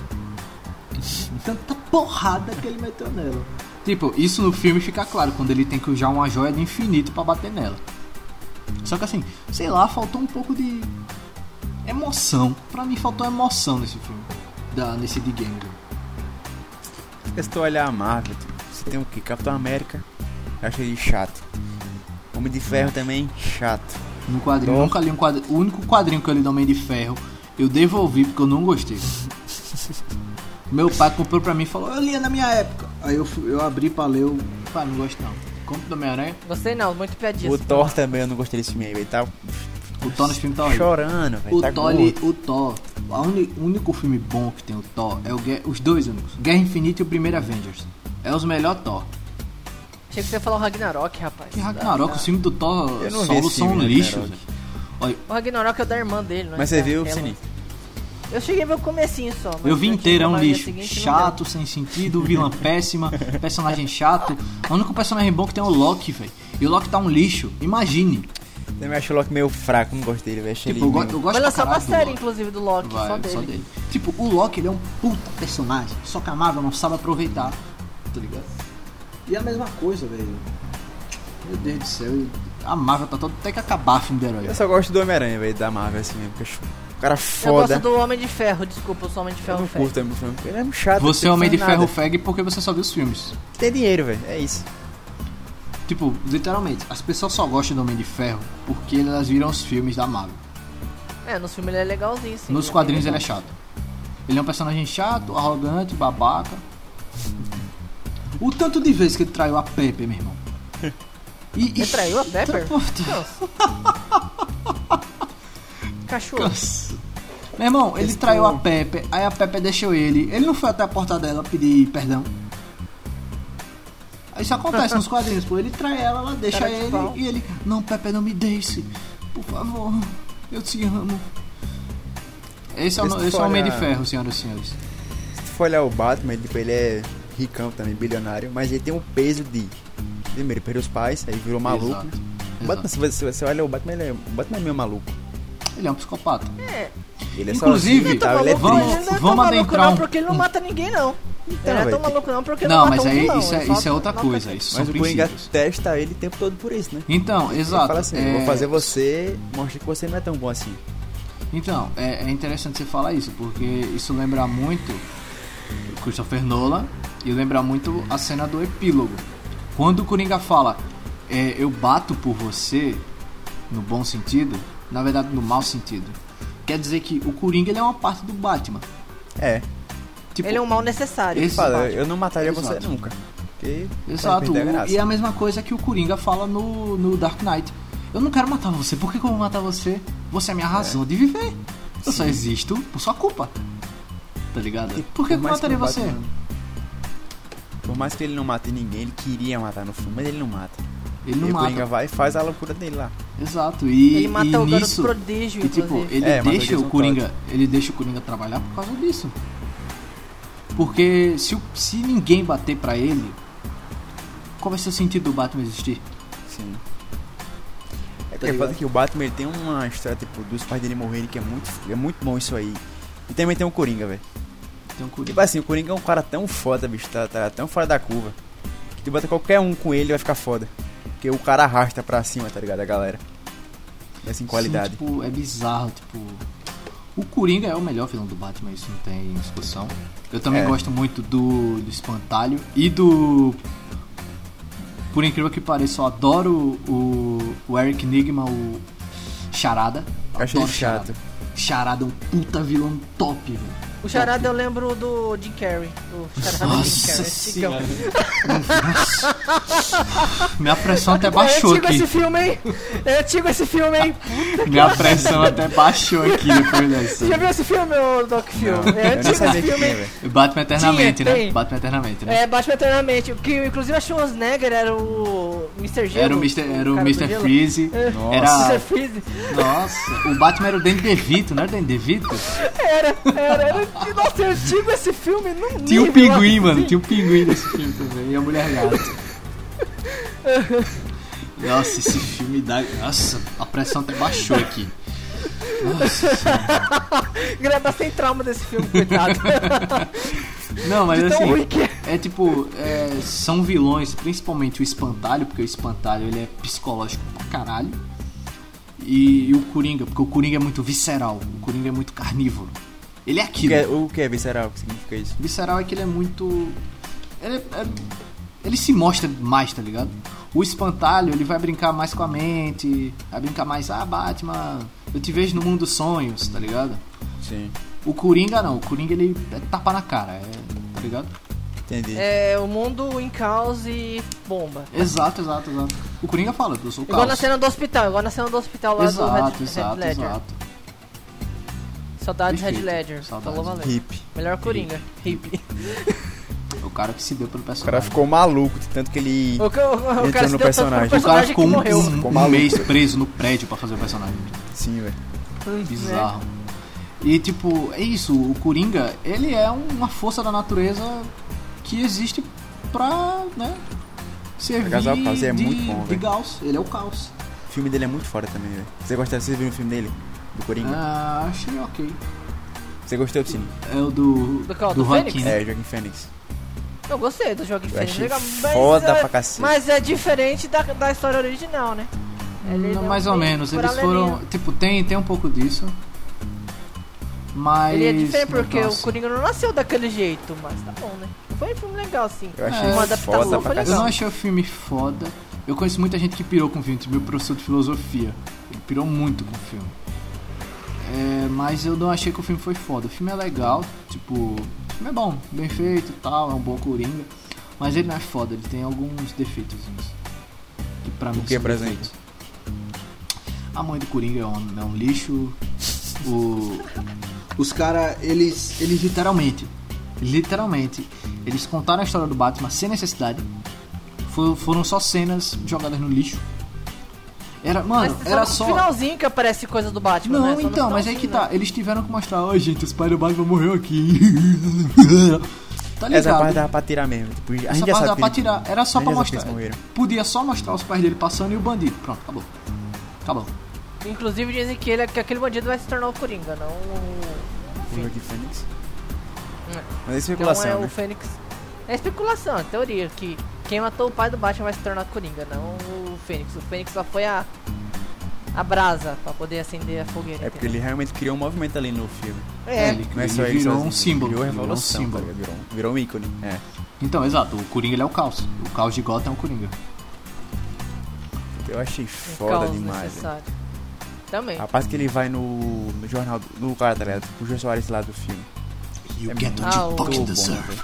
B: Tanta porrada que ele meteu nela. Tipo, isso no filme fica claro, quando ele tem que usar uma joia do infinito pra bater nela. Só que assim, sei lá, faltou um pouco de emoção. Pra mim faltou emoção nesse filme. Da, nesse The Game. velho.
A: Porque se tu olhar tá a Marvel, tu- você tem o que? Capitão América, eu achei ele chato. Homem de Ferro também, chato.
B: No quadrinho,
A: Nossa.
B: nunca li um quadrinho. O único quadrinho que eu li do Homem de Ferro Eu devolvi porque eu não gostei. Meu pai comprou pra mim e falou, eu lia na minha época. Aí eu, fui- eu abri pra ler, eu... Pá, não gosto não. Compre do Homem-Aranha,
C: Gostei não, muito piadista.
A: O Thor também, eu não gostei desse filme aí, velho. Tá
B: o Thor nesse filme tá horrível.
A: chorando, velho.
B: O
A: Tá
B: Thor,
A: gordo.
B: ele- o Thor, a uni- o único filme bom que tem o Thor é o Guerra- os dois únicos, Guerra Infinita e o primeiro Avengers. É os melhores Thor.
C: Achei que você ia falar o Ragnarok, rapaz.
B: Que Ragnarok, os filmes do Thor
A: Eu não vi
B: solo
A: esse
B: são
A: filme,
B: lixos.
A: Ragnarok.
B: velho. Olha,
C: O Ragnarok é o da irmã dele, não é?
A: Mas você
B: tá
C: É,
A: viu,
C: ela.
A: Sininho?
C: Eu cheguei a ver o comecinho só. mas
B: eu vi
C: achei
B: inteiro, é um
C: trabalho
B: lixo.
C: seguinte, não deu.
B: Chato, sem sentido, vilã péssima, personagem chato. O único personagem bom que tem é o Loki, velho. E o Loki tá um lixo, imagine.
A: Também acho o Loki meio fraco, não gostei dele, velho. Achei
B: Tipo, eu,
A: ele
B: go
A: meio-
B: eu gosto
C: Vai
B: pra
C: lançar uma
B: caralho do
C: série,
B: Loki.
C: inclusive, do Loki,
B: Vai,
C: só dele.
B: Tipo, o Loki ele é um puta personagem, só que a Marvel não sabe aproveitar, tá ligado? E é a mesma coisa, velho. Meu Deus do céu, a Marvel tá todo até que acabar filme de herói.
A: Eu só gosto do Homem-Aranha, velho, da Marvel, assim mesmo. Porque eu acho o cara
C: Eu
A: foda.
C: gosto do Homem de Ferro, desculpa, eu sou Homem de
A: Eu
C: Ferro
A: não
C: fã.
A: curto o filme. Ele é um chato.
B: Você
A: não
B: é homem de
A: faz
B: ferro
A: nada.
B: fag porque você só viu os filmes.
A: Tem dinheiro, velho. É isso.
B: Tipo, literalmente, as pessoas só gostam do Homem de Ferro porque elas viram os filmes da Marvel.
C: É, nos filmes ele é legalzinho, sim.
B: Nos
C: né?
B: quadrinhos ele é chato. Ele é um personagem chato, arrogante, babaca. O tanto de vezes que ele traiu a Pepe, meu irmão. E,
C: Ele traiu a Pepper?
B: Puta.
C: Cachorro.
B: Nossa. Meu irmão, ele traiu a Pepe, aí a Pepe deixou ele. Ele não foi até a porta dela pedir perdão. Isso acontece nos quadrinhos, pô. Ele trai ela, ela deixa
C: Cara tipo, de
B: ele
C: pau.
B: e ele. Não, Pepe, não me deixe. Por favor, eu te amo. Esse é o,
A: Esse
B: esse é o
A: foi
B: Homem
A: a-
B: de Ferro, senhoras e senhores.
A: Se tu for olhar o Batman, ele, tipo, ele é ricão também, bilionário. Mas ele tem um peso de. Primeiro, ele perdeu os pais, aí virou maluco.
B: Exato,
A: O Batman,
B: exato.
A: se você, se você olha o Batman, ele é, o Batman é meio maluco.
B: Ele é um psicopata.
A: Ele é
B: Inclusive,
A: sozinho, e tal, ele é
B: maluco,
A: triste.
B: vamos-
C: ele não é tão
B: vamos
C: maluco
B: adentrar
C: não,
B: um-
C: porque ele não
B: um-
C: mata ninguém, não.
A: Então,
C: ele não é
A: velho,
C: tão
A: tem-
C: maluco não, porque ele
B: Não,
C: não
B: mas
C: mata um
B: aí
C: vilão,
B: isso é,
C: ele só
B: isso é outra
C: noca-
B: coisa. Isso são
A: Mas o Coringa
B: princípios.
A: testa ele o tempo todo por isso, né?
B: Então, exato.
A: Ele fala assim, eu
B: é,
A: vou fazer você, mostra que você não é tão bom assim.
B: Então, é, é interessante você falar isso, porque isso lembra muito o Christopher Nolan e lembra muito a cena do epílogo. Quando o Coringa fala, é, eu bato por você, no bom sentido, na verdade no mau sentido, quer dizer que o Coringa ele é uma parte do Batman.
A: É,
B: Tipo,
C: Ele é um mal necessário.
B: Esse-
A: fala,
B: Batman.
A: eu não mataria
B: Exato.
A: você nunca. Porque vai
B: Exato,
A: perder a
B: o-
A: graça.
B: e é a mesma coisa que o Coringa fala no, no Dark Knight. Eu não quero matar você, por que, que eu vou matar você? Você é a minha razão de viver. Eu só existo por sua culpa. Tá ligado? Por que, que eu
A: mais
B: mataria
A: o
B: você?
A: Batman- Por mais que ele não mate ninguém, ele queria matar no filme, mas ele não mata.
B: Ele
A: e
B: não
A: o Coringa
B: mata.
A: vai e faz a loucura dele lá.
B: Exato, e,
C: Ele mata
B: e
C: o garoto
B: nisso,
C: prodígio,
B: e, tipo,
C: inclusive.
B: ele
A: É, mata o
B: deixa o
A: Jason
B: Coringa, ele deixa o Coringa trabalhar por causa disso. Porque se, o- se ninguém bater pra ele, qual vai ser o sentido do Batman existir?
A: Sim. É
B: Tá
A: porque
B: ligado?
A: fala que o Batman ele tem uma história, tipo, dos pais dele morrerem, que é muito, é muito bom isso aí. E também tem o Coringa, velho.
B: Tem um
A: Tipo
B: Coringa.
A: assim, o Coringa é um cara tão foda, bicho, tá, tá tão fora da curva. Que tu bota qualquer um com ele vai ficar foda. Porque o cara arrasta pra cima, tá ligado? A galera. E assim, qualidade.
B: Sim, tipo, é bizarro, tipo. O Coringa é o melhor vilão do Batman, isso não tem discussão. Eu também
A: É.
B: gosto muito do, do Espantalho e do. Por incrível que pareça, eu adoro o, o Eric Nigma, o Charada.
A: Eu achei
B: Adoro
A: ele
B: Charada.
A: chato.
B: Charada é um puta vilão top, velho.
C: O charada eu lembro do Jim Carrey. O charada do Jim
B: Nossa
C: Carrey. é Ficão.
B: senhora. Minha pressão até baixou
C: É antigo
B: aqui.
C: esse filme, hein? É antigo esse filme, hein?
B: Minha pressão até baixou aqui depois dessa.
C: Você já viu esse filme, ô Doc Phil?
B: tipo,
C: É
A: Eu nem
C: antigo esse
A: sabia que tinha,
C: filme, hein?
A: velho.
B: Batman eternamente,
C: Tinha,
B: né?
C: tem.
B: Batman eternamente, né?
C: É, Batman Eternamente. Que inclusive a Schwarzenegger era o Mr. Gelo.
B: Era o Mr. Era o
C: É. cara do
B: Mr.
C: gelo.
B: Freeze.
C: É.
A: Nossa.
C: Mr.
B: Era.
C: Freeze.
B: Nossa. O Batman era o Danny DeVito, não era o Danny DeVito?
C: Era, era, era. Nossa, é antigo esse filme. Não
B: Tinha o pinguim, mano. Tinha o pinguim nesse filme também. E a mulher gata. Nossa, esse filme dá. Nossa, a pressão até baixou aqui.
C: Grava sem trauma desse filme, coitado.
B: Assim. Não, mas
C: De tão
B: assim.
C: ruim que é.
B: É tipo, é, são vilões, principalmente o Espantalho, porque o Espantalho ele é psicológico pra caralho. E, e o Coringa, porque o Coringa é muito visceral, o Coringa é muito carnívoro. Ele é
A: O que
B: aquilo.
A: é, o que é visceral? O que significa isso?
B: Visceral é que ele é muito. Ele, é- ele se mostra mais, tá ligado? O espantalho, ele vai brincar mais com a mente, vai brincar mais, ah, Batman, eu te vejo no mundo dos sonhos, tá ligado?
A: Sim,
B: O Coringa não, o Coringa ele é tapa na cara, é, tá ligado?
A: entendi.
C: É o mundo em caos e bomba.
B: Exato, exato, exato. O Coringa fala, eu sou o
C: Igual na
B: caos.
C: cena do hospital, igual na cena do hospital lá do Red,
B: Exato,
C: Red
B: exato,
C: Ledger.
B: exato.
C: Saudades Red
B: Perfeito.
C: Ledger.
B: Saudades.
C: Falou valeu.
A: Hip.
C: Melhor Coringa. Hip.
B: O cara que se deu pelo
A: O cara
B: personagem.
A: ficou maluco de tanto que ele.
C: O, ca- o, o
A: Entrou
C: cara se
A: no
C: deu tanto pro
A: personagem. O
B: O cara
C: personagem
B: ficou
C: que
B: um,
C: morreu.
B: um-
A: Ficou
B: um
A: maluco.
B: mês preso no prédio pra fazer o personagem.
A: Sim, velho.
C: Hum, né?
B: Bizarro. E tipo, é isso, o Coringa, ele é uma força da natureza que existe pra, né, servir
A: casar o caos, e é
B: de,
A: muito bom,
B: de
A: velho.
B: caos. Ele é o caos.
A: O filme dele é muito fora também, velho. Você gostou? Você viu o filme dele? Do Coringa?
B: Ah, achei ok.
A: Você gostou do filme?
B: É o do...
C: Do qual? Do
B: Joaquin,
C: Fênix?
B: né?
A: É, Joaquim Fênix.
C: Eu gostei do jogo
A: Eu
C: Infinity.
A: achei
C: Legal, mas
A: foda
C: é-
A: pra cacete.
C: Mas é diferente da, da história original, né? Ele
B: Hum, Não,
C: deu
B: mais ou
C: um
B: menos. Eles
C: paralelinho.
B: foram... Tipo, tem, tem um pouco disso. Mas...
C: Ele é diferente porque
B: nossa.
C: o Coringa não nasceu daquele jeito, mas tá bom, né? Foi um filme legal, sim.
A: Eu achei
B: É. Uma
C: adaptação
A: foda
C: foi
A: pra
C: legal.
B: Eu não
A: cacete.
B: achei o filme foda. Eu conheço muita gente que pirou com o filme. Tipo, Meu professor de filosofia. Ele pirou muito com o filme. É, mas eu não achei que o filme foi foda. O filme é legal, tipo. O filme é bom, bem feito e tal, é um bom coringa. Mas ele não é foda, ele tem alguns defeitos. Que pra mim
A: que,
B: são
A: por exemplo?
B: defeitos. A mãe do Coringa é um, é um lixo. O, os caras, eles, eles literalmente, literalmente, eles contaram a história do Batman sem necessidade. Fo- Foram só cenas jogadas no lixo. Era, mano,
C: Mas
B: era
C: no
B: só.
C: finalzinho que aparece coisa do Batman, né?
B: Não,
C: Só no
B: então, mas aí que
C: finalzinho,
B: tá.
C: né?
B: Eles tiveram que mostrar, ó, gente, o Spider-Batman morreu aqui. tá ligado?
A: Essa parte dava pra tirar mesmo. Tipo, a
B: Essa
A: gente já sabe
B: parte dá
A: que
B: pra
A: ele-
B: tirar. Era só
A: a gente já sabe
B: pra
A: que é um
B: mostrar.
A: eles morreram.
B: Podia só mostrar os pais dele passando e o bandido. Pronto, acabou. Acabou.
C: Inclusive dizem que, ele, que aquele bandido vai se tornar o Coringa, não é o...
A: O
C: Enfim,
A: Joaquim Fênix.
C: É.
A: Mas é
C: então
A: especulação,
C: é o
A: né?
C: Fênix... É especulação, é teoria, que quem matou o pai do Batman vai se tornar o Coringa, não o Fênix. O Fênix só foi a... A brasa, pra poder acender a fogueira.
A: É porque ele realmente criou um movimento ali no filme.
C: entendeu? É,
B: ele,
A: Não é
B: ele
A: só ele
B: virou
A: sozinho,
B: um
A: ele
B: símbolo.
A: Virou
B: virou um
A: revolução, tá
B: símbolo.
A: ligado? virou, um- virou um ícone. É.
B: Então, exato. O Coringa ele é o caos. O caos de Gotham é o Coringa.
A: Eu achei
C: um
A: foda
C: caos
A: demais. né? Ah, velho.
C: necessário. Também.
A: A parte que ele vai no, no jornal do no cara, tá ligado? O Jô Soares lá do filme.
B: You
A: É
B: get what
C: Ah,
B: you
C: o-
B: fucking
A: Muito bom,
B: deserve.
A: velho.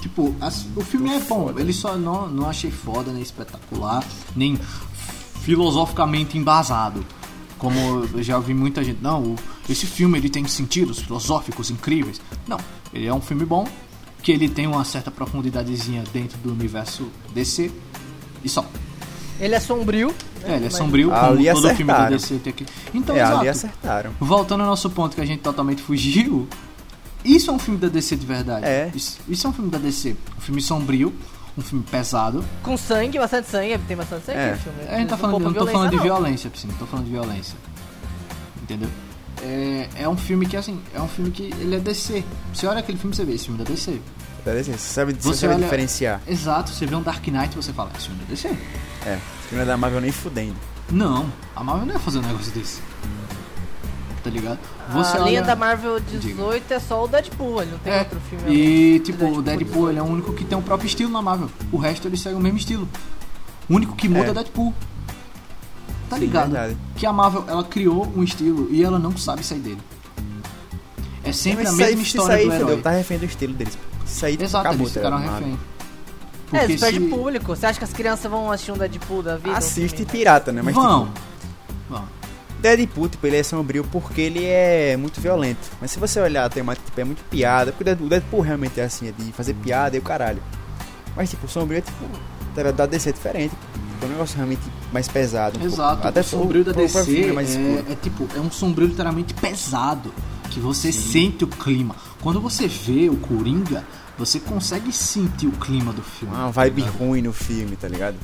B: Tipo, as- o filme é bom,
A: Foda.
B: ele só não, não achei foda, nem espetacular, nem filosoficamente embasado. Como eu já ouvi muita gente, não, o- esse filme ele tem sentidos filosóficos incríveis. Não, ele é um filme bom, que ele tem uma certa profundidadezinha dentro do universo DC e só.
C: Ele é sombrio.
B: É, ele é sombrio, como
A: Ali
B: todo filme da
A: acertaram.
B: DC tem aqui. Então,
A: é, ali
B: exato.
A: acertaram.
B: Voltando ao nosso ponto que a gente totalmente fugiu, isso é um filme da DC de verdade.
A: É.
B: Isso, isso é um filme da DC. Um filme sombrio, um filme pesado.
C: Com sangue, bastante sangue, tem bastante sangue
A: É.
C: no filme.
B: A gente tá
C: Não
B: falando, eu
C: poupa
B: não tô falando de
C: violência, não.
B: violência, Piscina, não tô falando de violência. Entendeu? É, é um filme que, assim, é um filme que ele é DC. Você olha aquele filme, você vê esse filme é da DC.
A: Parece, Tá você sabe, você
B: Você
A: sabe
B: olha-
A: diferenciar.
B: Exato, você vê um Dark Knight e você fala, esse filme é da DC.
A: É, o filme da Marvel nem fudendo.
B: Não, a Marvel não ia fazer um negócio desse. Tá ligado?
C: a linha tá
B: olha-
C: da Marvel 18 é só o Deadpool, ele não tem
B: É,
C: outro filme.
B: E
C: além do
B: tipo, o Deadpool ele é o único que tem o próprio estilo na Marvel. O resto ele segue o mesmo estilo. O único que muda é,
A: É.
B: o Deadpool. Tá
A: Sim,
B: ligado?
A: verdade.
B: que a Marvel ela criou um estilo e ela não sabe sair dele. É sempre
A: Mas
B: a
A: isso aí-
B: mesma história
A: isso aí,
B: do herói.
A: entendeu? Tá refém do estilo deles. Isso aí
B: Exato,
A: acabou, tá
B: eles ficaram
A: ligado?
B: refém.
C: É,
B: Porque
C: eles perdem
B: se-
C: público. Você acha que as crianças vão assistir um Deadpool da vida? Um
A: Assiste
C: filme, né?
A: pirata, né? Mas
B: Vão.
A: tipo,
B: Vão.
A: Deadpool, tipo, ele é sombrio porque ele é muito violento. Mas se você olhar a temática, tipo, é muito piada. Porque o Deadpool- o Deadpool realmente é assim, é de
B: Uhum.
A: fazer piada e o caralho. Mas tipo, o sombrio é tipo. tá- Da DC é diferente. Tipo, é um negócio realmente mais pesado. um pouco.
B: Exato.
A: Até um
B: o sombrio da
A: pro- pro- pro
B: DC
A: filme
B: é,
A: mais escuro.
B: é tipo, é um sombrio literalmente pesado, que você sente o clima. Quando você vê o Coringa, você consegue sentir o clima do filme.
A: Uma vibe ruim no filme, tá ligado?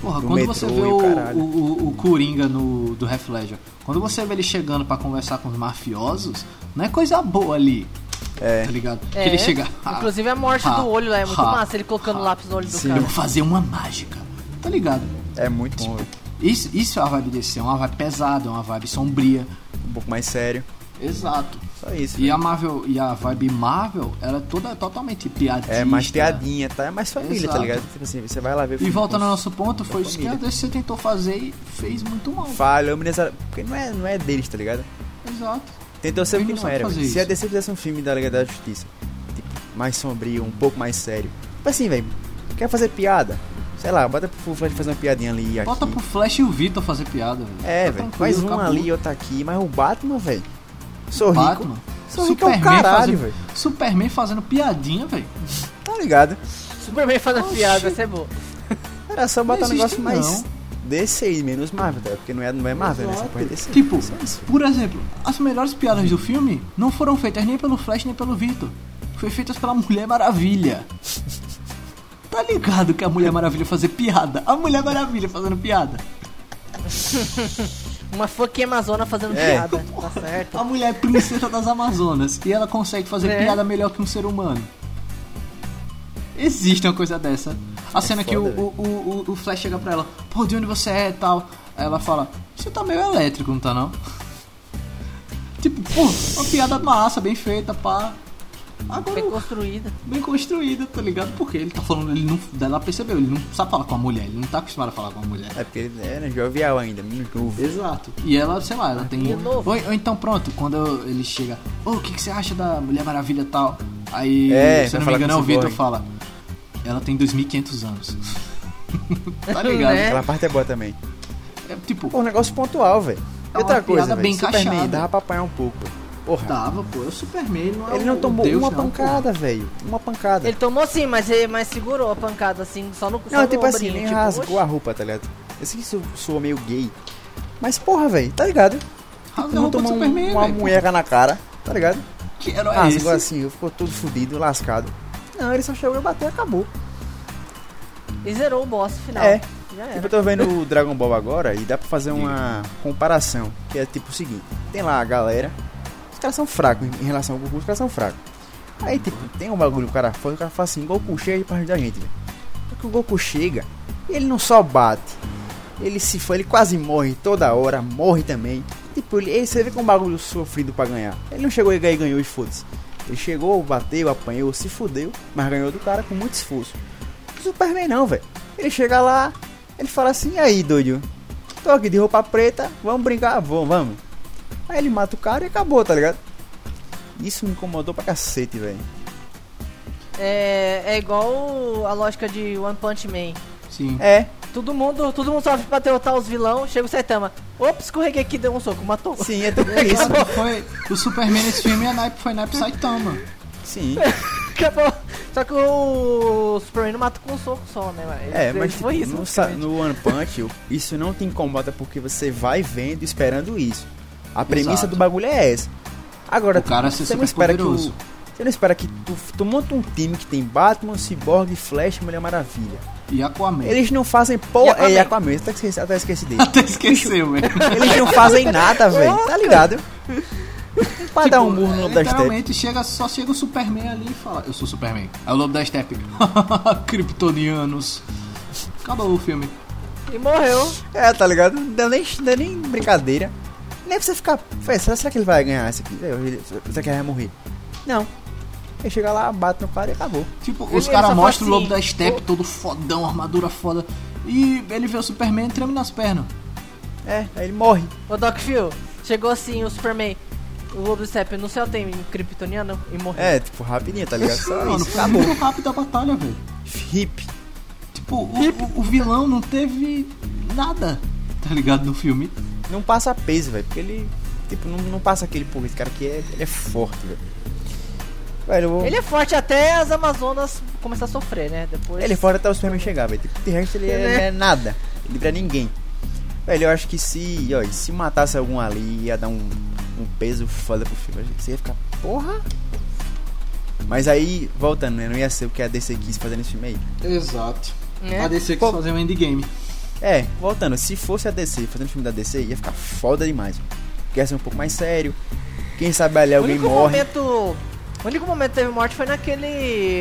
B: Porra,
A: do
B: quando
A: metrô
B: você
A: e
B: vê
A: o
B: o,
A: caralho.
B: o, o- o Coringa no, do Half Ledger, quando você vê ele chegando pra conversar com os mafiosos, não é coisa boa ali.
A: É.
B: Tá ligado? Que
C: É,
B: ele chega. "Ah,
C: Inclusive a morte
B: ah,
C: do olho lá é muito
B: ah,
C: massa, ele colocando
B: ah,
C: lápis no olho do
A: sim.
B: Eu
C: cara.
B: vou fazer uma mágica. Tá ligado?
A: É muito bom,
B: Isso, isso é a vibe desse, é uma vibe pesada, é uma vibe sombria.
A: um pouco mais sério.
B: Exato.
A: Só isso. né?
B: E
A: velho.
B: a Marvel e a vibe Marvel, ela é toda totalmente piadista.
A: É mais piadinha, tá? É mais família,
B: Exato.
A: tá ligado? Tipo assim, você vai lá ver. o
B: E
A: filme
B: voltando
A: com
B: ao nosso ponto, foi isso que a
A: família.
B: DC tentou fazer e fez muito mal.
A: Falha, homenizar. Porque não é, não é deles, tá ligado?
B: Exato.
A: Tentou ser o
B: Ele
A: que
B: não
A: não
B: sabe
A: era.
B: fazer
A: velho. Se
B: isso.
A: a DC fizesse um filme da Liga da Justiça, tipo, mais sombrio, um pouco mais sério. Tipo assim, velho, quer fazer piada? Sei lá, bota pro Flash fazer uma piadinha ali e aqui.
B: Bota pro Flash e o Vitor fazer piada, velho.
A: É,
B: Tá
A: velho,
B: tranquilo,
A: faz um
B: acabou.
A: ali, outro aqui, mas o Batman, velho. Sou rico.
B: Batman.
A: Sou rico é o
B: Superman
A: caralho,
B: fazendo-
A: velho.
B: Superman fazendo piadinha, velho.
A: Tá ligado?
C: Superman fazendo
B: Oxi.
C: piada, essa é boa.
A: Era só botar um
B: existe,
A: negócio mais
B: não.
A: DC menos Marvel, tá? porque não é, não é Marvel, né? Essa
B: Exato.
A: porra é DC.
B: Tipo,
A: Só isso.
B: por exemplo, as melhores piadas do filme não foram feitas nem pelo Flash nem pelo Vitor. Foi feitas pela Mulher Maravilha. Tá ligado que a Mulher Maravilha fazer piada? A Mulher Maravilha fazendo piada.
C: Uma fucking Amazona fazendo
A: É.
C: piada, tá certo?
B: A mulher é princesa das Amazonas e ela consegue fazer
C: É.
B: piada melhor que um ser humano. Existe uma coisa dessa. A cena que o,
A: foda,
B: o, o, o- o Flash chega pra ela, pô, de onde você é e tal. Aí ela fala, você tá meio elétrico, não tá não? tipo, pô, uma piada massa, bem feita, pá. Agora,
C: Bem construída.
B: bem construída, tá ligado? Porque ele tá falando, ele não. Ela percebeu, ele não sabe falar com a mulher, ele não tá acostumado a falar com a mulher.
A: É porque ele era jovial ainda, menino novo.
B: Exato. E ela, sei lá, ela tem.
C: Ah, De novo.
B: Ou, ou então pronto, quando eu- ele chega, ô, o que, que você acha da Mulher Maravilha e tal? Aí,
A: É,
B: se eu
A: vai
B: não me
A: falar
B: engano,
A: com
B: o
A: esse
B: Vitor
A: boy.
B: fala. Ela tem 2.500 anos. tá ligado?
C: Né?
B: É,
A: Aquela parte é boa também.
B: tipo,
A: Pô, um negócio pontual, velho.
B: É
A: Outra
B: uma
A: coisa,
B: piada
A: velho.
B: bem encaixada.
A: Superman, dava pra apanhar um pouco. velho. Porra,
B: tava, pô, é o Superman, não é
A: ele não
B: o
A: tomou
B: Deus,
A: uma
B: não,
A: pancada, velho. Uma pancada.
C: Ele tomou sim, mas, ele- mas segurou a pancada assim, só no só
A: Não,
C: no
A: tipo assim,
C: ombrinho,
A: nem
C: tipo,
A: rasgou
C: oxe.
A: a roupa, tá ligado? Eu sei que isso soa meio gay. Mas porra, velho, tá ligado?
B: pô. Rasga a
A: Não
B: roupa do
A: tomou um-
B: Superman,
A: uma
B: velho.
A: munheca na cara, tá ligado?
B: Que herói é esse?
A: Rasgou assim, ficou todo fudido, lascado. Não, ele só chegou e bateu e acabou.
C: E zerou o boss final.
A: É.
C: Já
A: Tipo,
C: era.
A: eu tô vendo o Dragon Ball agora e dá pra fazer uma comparação. Que é tipo o seguinte: tem lá a galera, os caras são fracos em relação ao Goku, os caras são fracos. Aí, tipo, tem um bagulho, o cara faz, o cara fala assim: Goku chega aí pra ajudar a gente, velho. Só que o Goku chega e ele não só bate, ele se foi, ele quase morre toda hora, morre também. Tipo, ele, ele- você vê que é um bagulho sofrido pra ganhar. Ele não chegou e ganhou, e ganhou e foda-se. Ele chegou, bateu, apanhou, se fudeu, mas ganhou do cara com muito esforço. O Superman não, velho. Ele chega lá, ele fala assim, e aí, doido? Tô aqui de roupa preta, vamos brincar? Vamos, vamos. Aí ele mata o cara e acabou, tá ligado? Isso me incomodou pra cacete, velho.
C: É, é igual o- a lógica de One Punch Man.
B: Sim.
A: É,
C: Todo mundo, todo mundo sofre pra derrotar os vilão, chega o Saitama. Opa, escorreguei aqui, deu um soco, matou.
A: sim, é tudo
C: É
A: isso.
B: Sabe, Foi, o Superman nesse filme é naipe, foi naipe Saitama.
A: Sim,
C: Acabou. Só que o Superman não mata com um soco só, né? Mas
A: é,
C: ele-
A: mas
C: foi
A: tipo,
C: isso. né?
A: no, sa-
C: basicamente.
A: no One Punch, o- isso não te incomoda porque você vai vendo e esperando isso. A premissa
B: Exato.
A: do bagulho é essa. Agora,
B: O cara ser
A: você não
B: super
A: espera que o,
B: poderoso.
A: Você não espera que tu, tu monta um time que tem Batman, Cyborg, Flash e Mulher Maravilha.
B: E Aquaman.
A: Eles não fazem porra.
C: Aquaman.
A: É, e Aquaman, até esqueci, até esqueci dele.
B: Até esqueceu, velho.
A: Eles não fazem nada, velho. Tá ligado? Pra dar um murro no lobo da steppe.
B: Tipo, Literalmente, chega, só chega o Superman ali e fala: Eu sou Superman. Aí o Lobo da Steppe. Kryptonianos. Acabou o filme.
C: E morreu.
A: É, tá ligado? Não deu nem, não deu nem brincadeira. Nem pra você ficar. Fé, será, será que ele vai ganhar esse aqui? Velho, ele- Será que ele vai morrer? Não. Ele chega lá, bate no cara e acabou.
B: Tipo,
C: Ele-
B: os
C: ele só
B: caras mostram o
C: fala
B: Lobo da
C: assim,
B: Steppe todo fodão, armadura foda. E ele vê o Superman e treme nas pernas.
A: É, aí ele morre.
C: Ô Doc Phil, chegou assim o Superman. O Lobo do Step no céu tem Kryptoniano e morreu.
A: É, tipo, rapidinho, tá ligado? Só
B: Mano,
A: isso.
B: foi
A: Acabou.
B: muito rápido a batalha, velho.
A: Hip.
B: Tipo, o, o- o vilão não teve nada, tá ligado? No filme.
A: Não passa peso, velho. Porque ele. Tipo, não, não passa aquele porra. Esse cara aqui é, ele é forte, velho. Velho, eu vou-
C: Ele é forte até as Amazonas começar a sofrer, né? Depois.
A: Ele é fora até o Superman chegar, velho. Tipo, De resto ele é,
C: Né?
A: não é nada. Ele pra ninguém. Velho, eu acho que se, ó, se matasse algum ali, ia dar um, um peso foda pro filme. Você ia ficar, porra. Mas aí, voltando, né? Não ia ser o que a DC quis fazer nesse filme aí.
B: Exato.
C: Né?
B: A DC quis
A: Pô.
B: fazer um endgame.
A: É, voltando, se fosse a DC fazendo filme da DC, ia ficar foda demais. Porque ia ser um pouco mais sério. Quem sabe ali
C: O
A: alguém
C: único
A: morre.
C: momento. O único momento que teve morte foi
A: Um
C: naquele.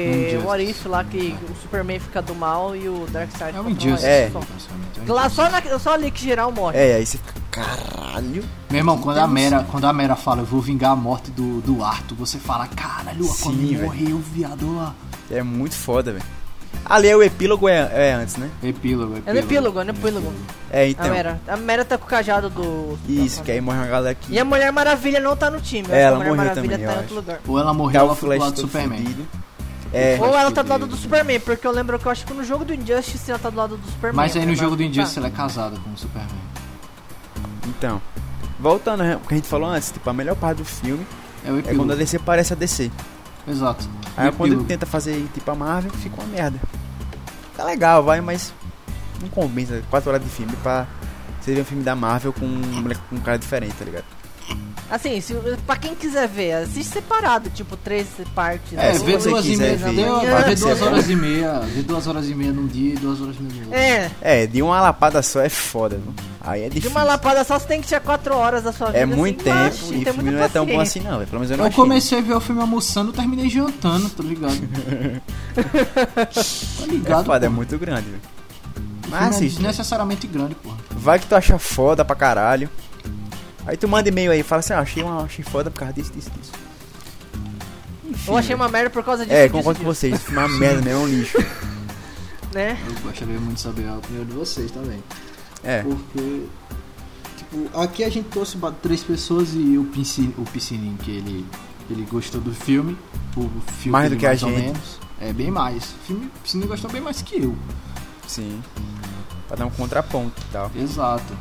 B: Injustice.
C: What If lá que o Superman fica do mal e o Darkseid
B: É um
C: fica do
B: Injustice.
C: mal.
A: É.
B: basicamente, é um
C: Lá só, na, só ali que geral morre.
A: É, aí você fica, caralho.
B: Meu irmão, quando a, Mera, quando a Mera fala, eu vou vingar a morte do, do Arthur, você fala, caralho, o
A: Sim,
B: Aquaman
A: velho.
B: morreu, viado lá.
A: É muito foda, velho. Ali é o epílogo, é, é antes, né?
B: Epílogo, epílogo.
C: É no epílogo, é no epílogo.
A: É,
C: A
A: então.
C: Mera. A Mera tá com o cajado do.
A: Isso,
C: da-
A: que aí morre uma galera que.
C: E é a Mulher Maravilha não tá no time. eu
A: É,
C: acho
A: ela
C: que a Mulher
A: morreu
C: Maravilha
A: também,
C: tá
A: eu
C: em outro lugar.
B: Ou ela morreu,
A: Tá
B: ela
A: o
B: foi pro
A: Flash
B: lado do
A: todo
B: Superman.
A: fudido. É,
C: Ou ela tá do lado
B: fudido.
C: do Superman, porque eu lembro que eu acho que no jogo do Injustice ela tá do lado do Superman.
B: Mas aí no
C: né?
B: jogo do
C: tá.
B: Injustice ela é casada com o Superman.
A: então. Voltando né, o que a gente falou antes, tipo, a melhor parte do filme
B: É o
A: é quando
B: epílogo.
A: a DC parece a DC.
B: Exato.
A: Aí é quando ele
B: Epílogo.
A: tenta fazer tipo a Marvel, fica uma merda. Tá legal, vai, mas não compensa 4 horas de filme pra você ver um filme da Marvel com um, moleque- com um cara diferente, tá ligado?
C: Assim, se, pra quem quiser ver, assiste separado, tipo, três partes.
A: É,
C: né? É.
A: se
B: vê
A: você
B: duas e
A: quiser
B: meia,
A: ver,
B: deu-
A: vai
B: vai ver
A: ver
B: duas
A: sério.
B: horas e meia, vê duas horas e meia num dia e duas horas e meia no outro.
C: É,
A: É, de uma lapada só é foda, viu? Aí é
C: de
A: difícil.
C: uma lapada só você tem que tirar quatro horas da sua vida.
A: é muito
C: assim,
A: tempo
C: mas tem
A: e o
C: muita
A: filme não é tão bom
C: paciência.
A: assim não, velho. pelo menos eu não
B: Eu
A: achei.
B: comecei a ver o filme almoçando, terminei jantando, tá ligado? tá ligado?
A: É foda, é
B: pô.
A: muito né? grande, velho.
B: O filme é
A: Mas assiste,
B: desnecessariamente grande, porra.
A: vai que tu acha foda pra caralho. Aí tu manda e-mail aí e fala assim, ah, achei, uma, achei foda por causa disso, disso, disso.
C: Eu achei uma merda por causa disso.
A: assim. É,
C: disso,
A: concordo com
C: disso,
A: vocês, esse filme é uma merda mesmo, é um lixo.
C: Né?
B: Eu gostaria muito de saber a opinião de vocês também.
A: É,
B: Porque, tipo, aqui a gente trouxe ba- três pessoas e o, Pincin, o Piscininho, que ele, ele gostou do filme. O filme
A: Mais do
B: dele,
A: que a
B: mais Ou
A: gente.
B: menos. É, bem mais. O filme, o Piscininho gostou bem mais que eu.
A: sim. Pra dar um contraponto e tal.
B: Exato.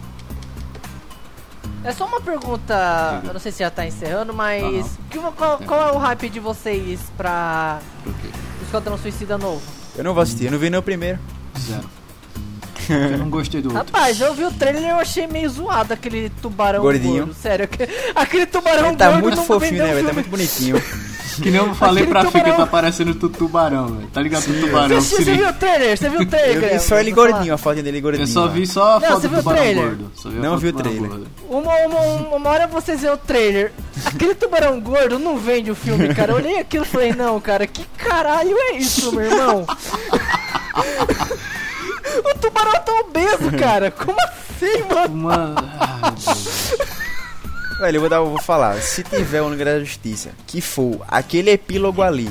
C: É só uma pergunta, eu não sei se já tá encerrando, mas. que uma- qual, qual é o hype de vocês pra
B: Porque,
C: Esquadrão Suicida novo?
A: Eu não vou assistir, eu não vi nem o primeiro.
B: zero. eu não gostei do outro.
C: Rapaz, eu vi o trailer e eu achei meio zoado aquele tubarão
A: Gordinho.
C: gordo. Sério, aque- aquele tubarão
A: Ele tá
C: gordo
A: muito
C: não
A: fofinho,
C: vendeu
A: né, velho? Tá
C: filme.
A: muito bonitinho.
B: Que nem eu falei
C: Aquele
B: pra Fih que
C: tubarão.
B: tá parecendo tu tubarão, velho. Tá ligado? Tu
A: Sim,
B: tubarão,
C: Você, assistiu- você
B: Piscininho.
C: viu o trailer? Você viu o
B: É,
C: trailer?
A: Eu vi
C: Gabriel?
A: só ele
C: Vou falar.
A: gordinho, a fotinha dele gordinho.
B: Eu só
A: lá.
B: vi só a
C: Não,
B: foto
C: você
B: do
C: viu o
B: tubarão
C: trailer?
B: gordo. Só vi a
A: é. Não
B: foto
A: vi
B: do
A: o
B: tubarão
A: trailer.
B: gordo.
C: Uma, uma, uma hora vocês vê o trailer. Aquele tubarão gordo não vende o filme, cara. Eu olhei aquilo e falei, não, cara, que caralho é isso, meu irmão? o tubarão tá obeso, cara. Como assim, mano?
B: Mano, ai, Ah, meu Deus.
A: Velho, eu vou, dar, eu vou falar. Se tiver o Liga da Justiça que for aquele epílogo ali,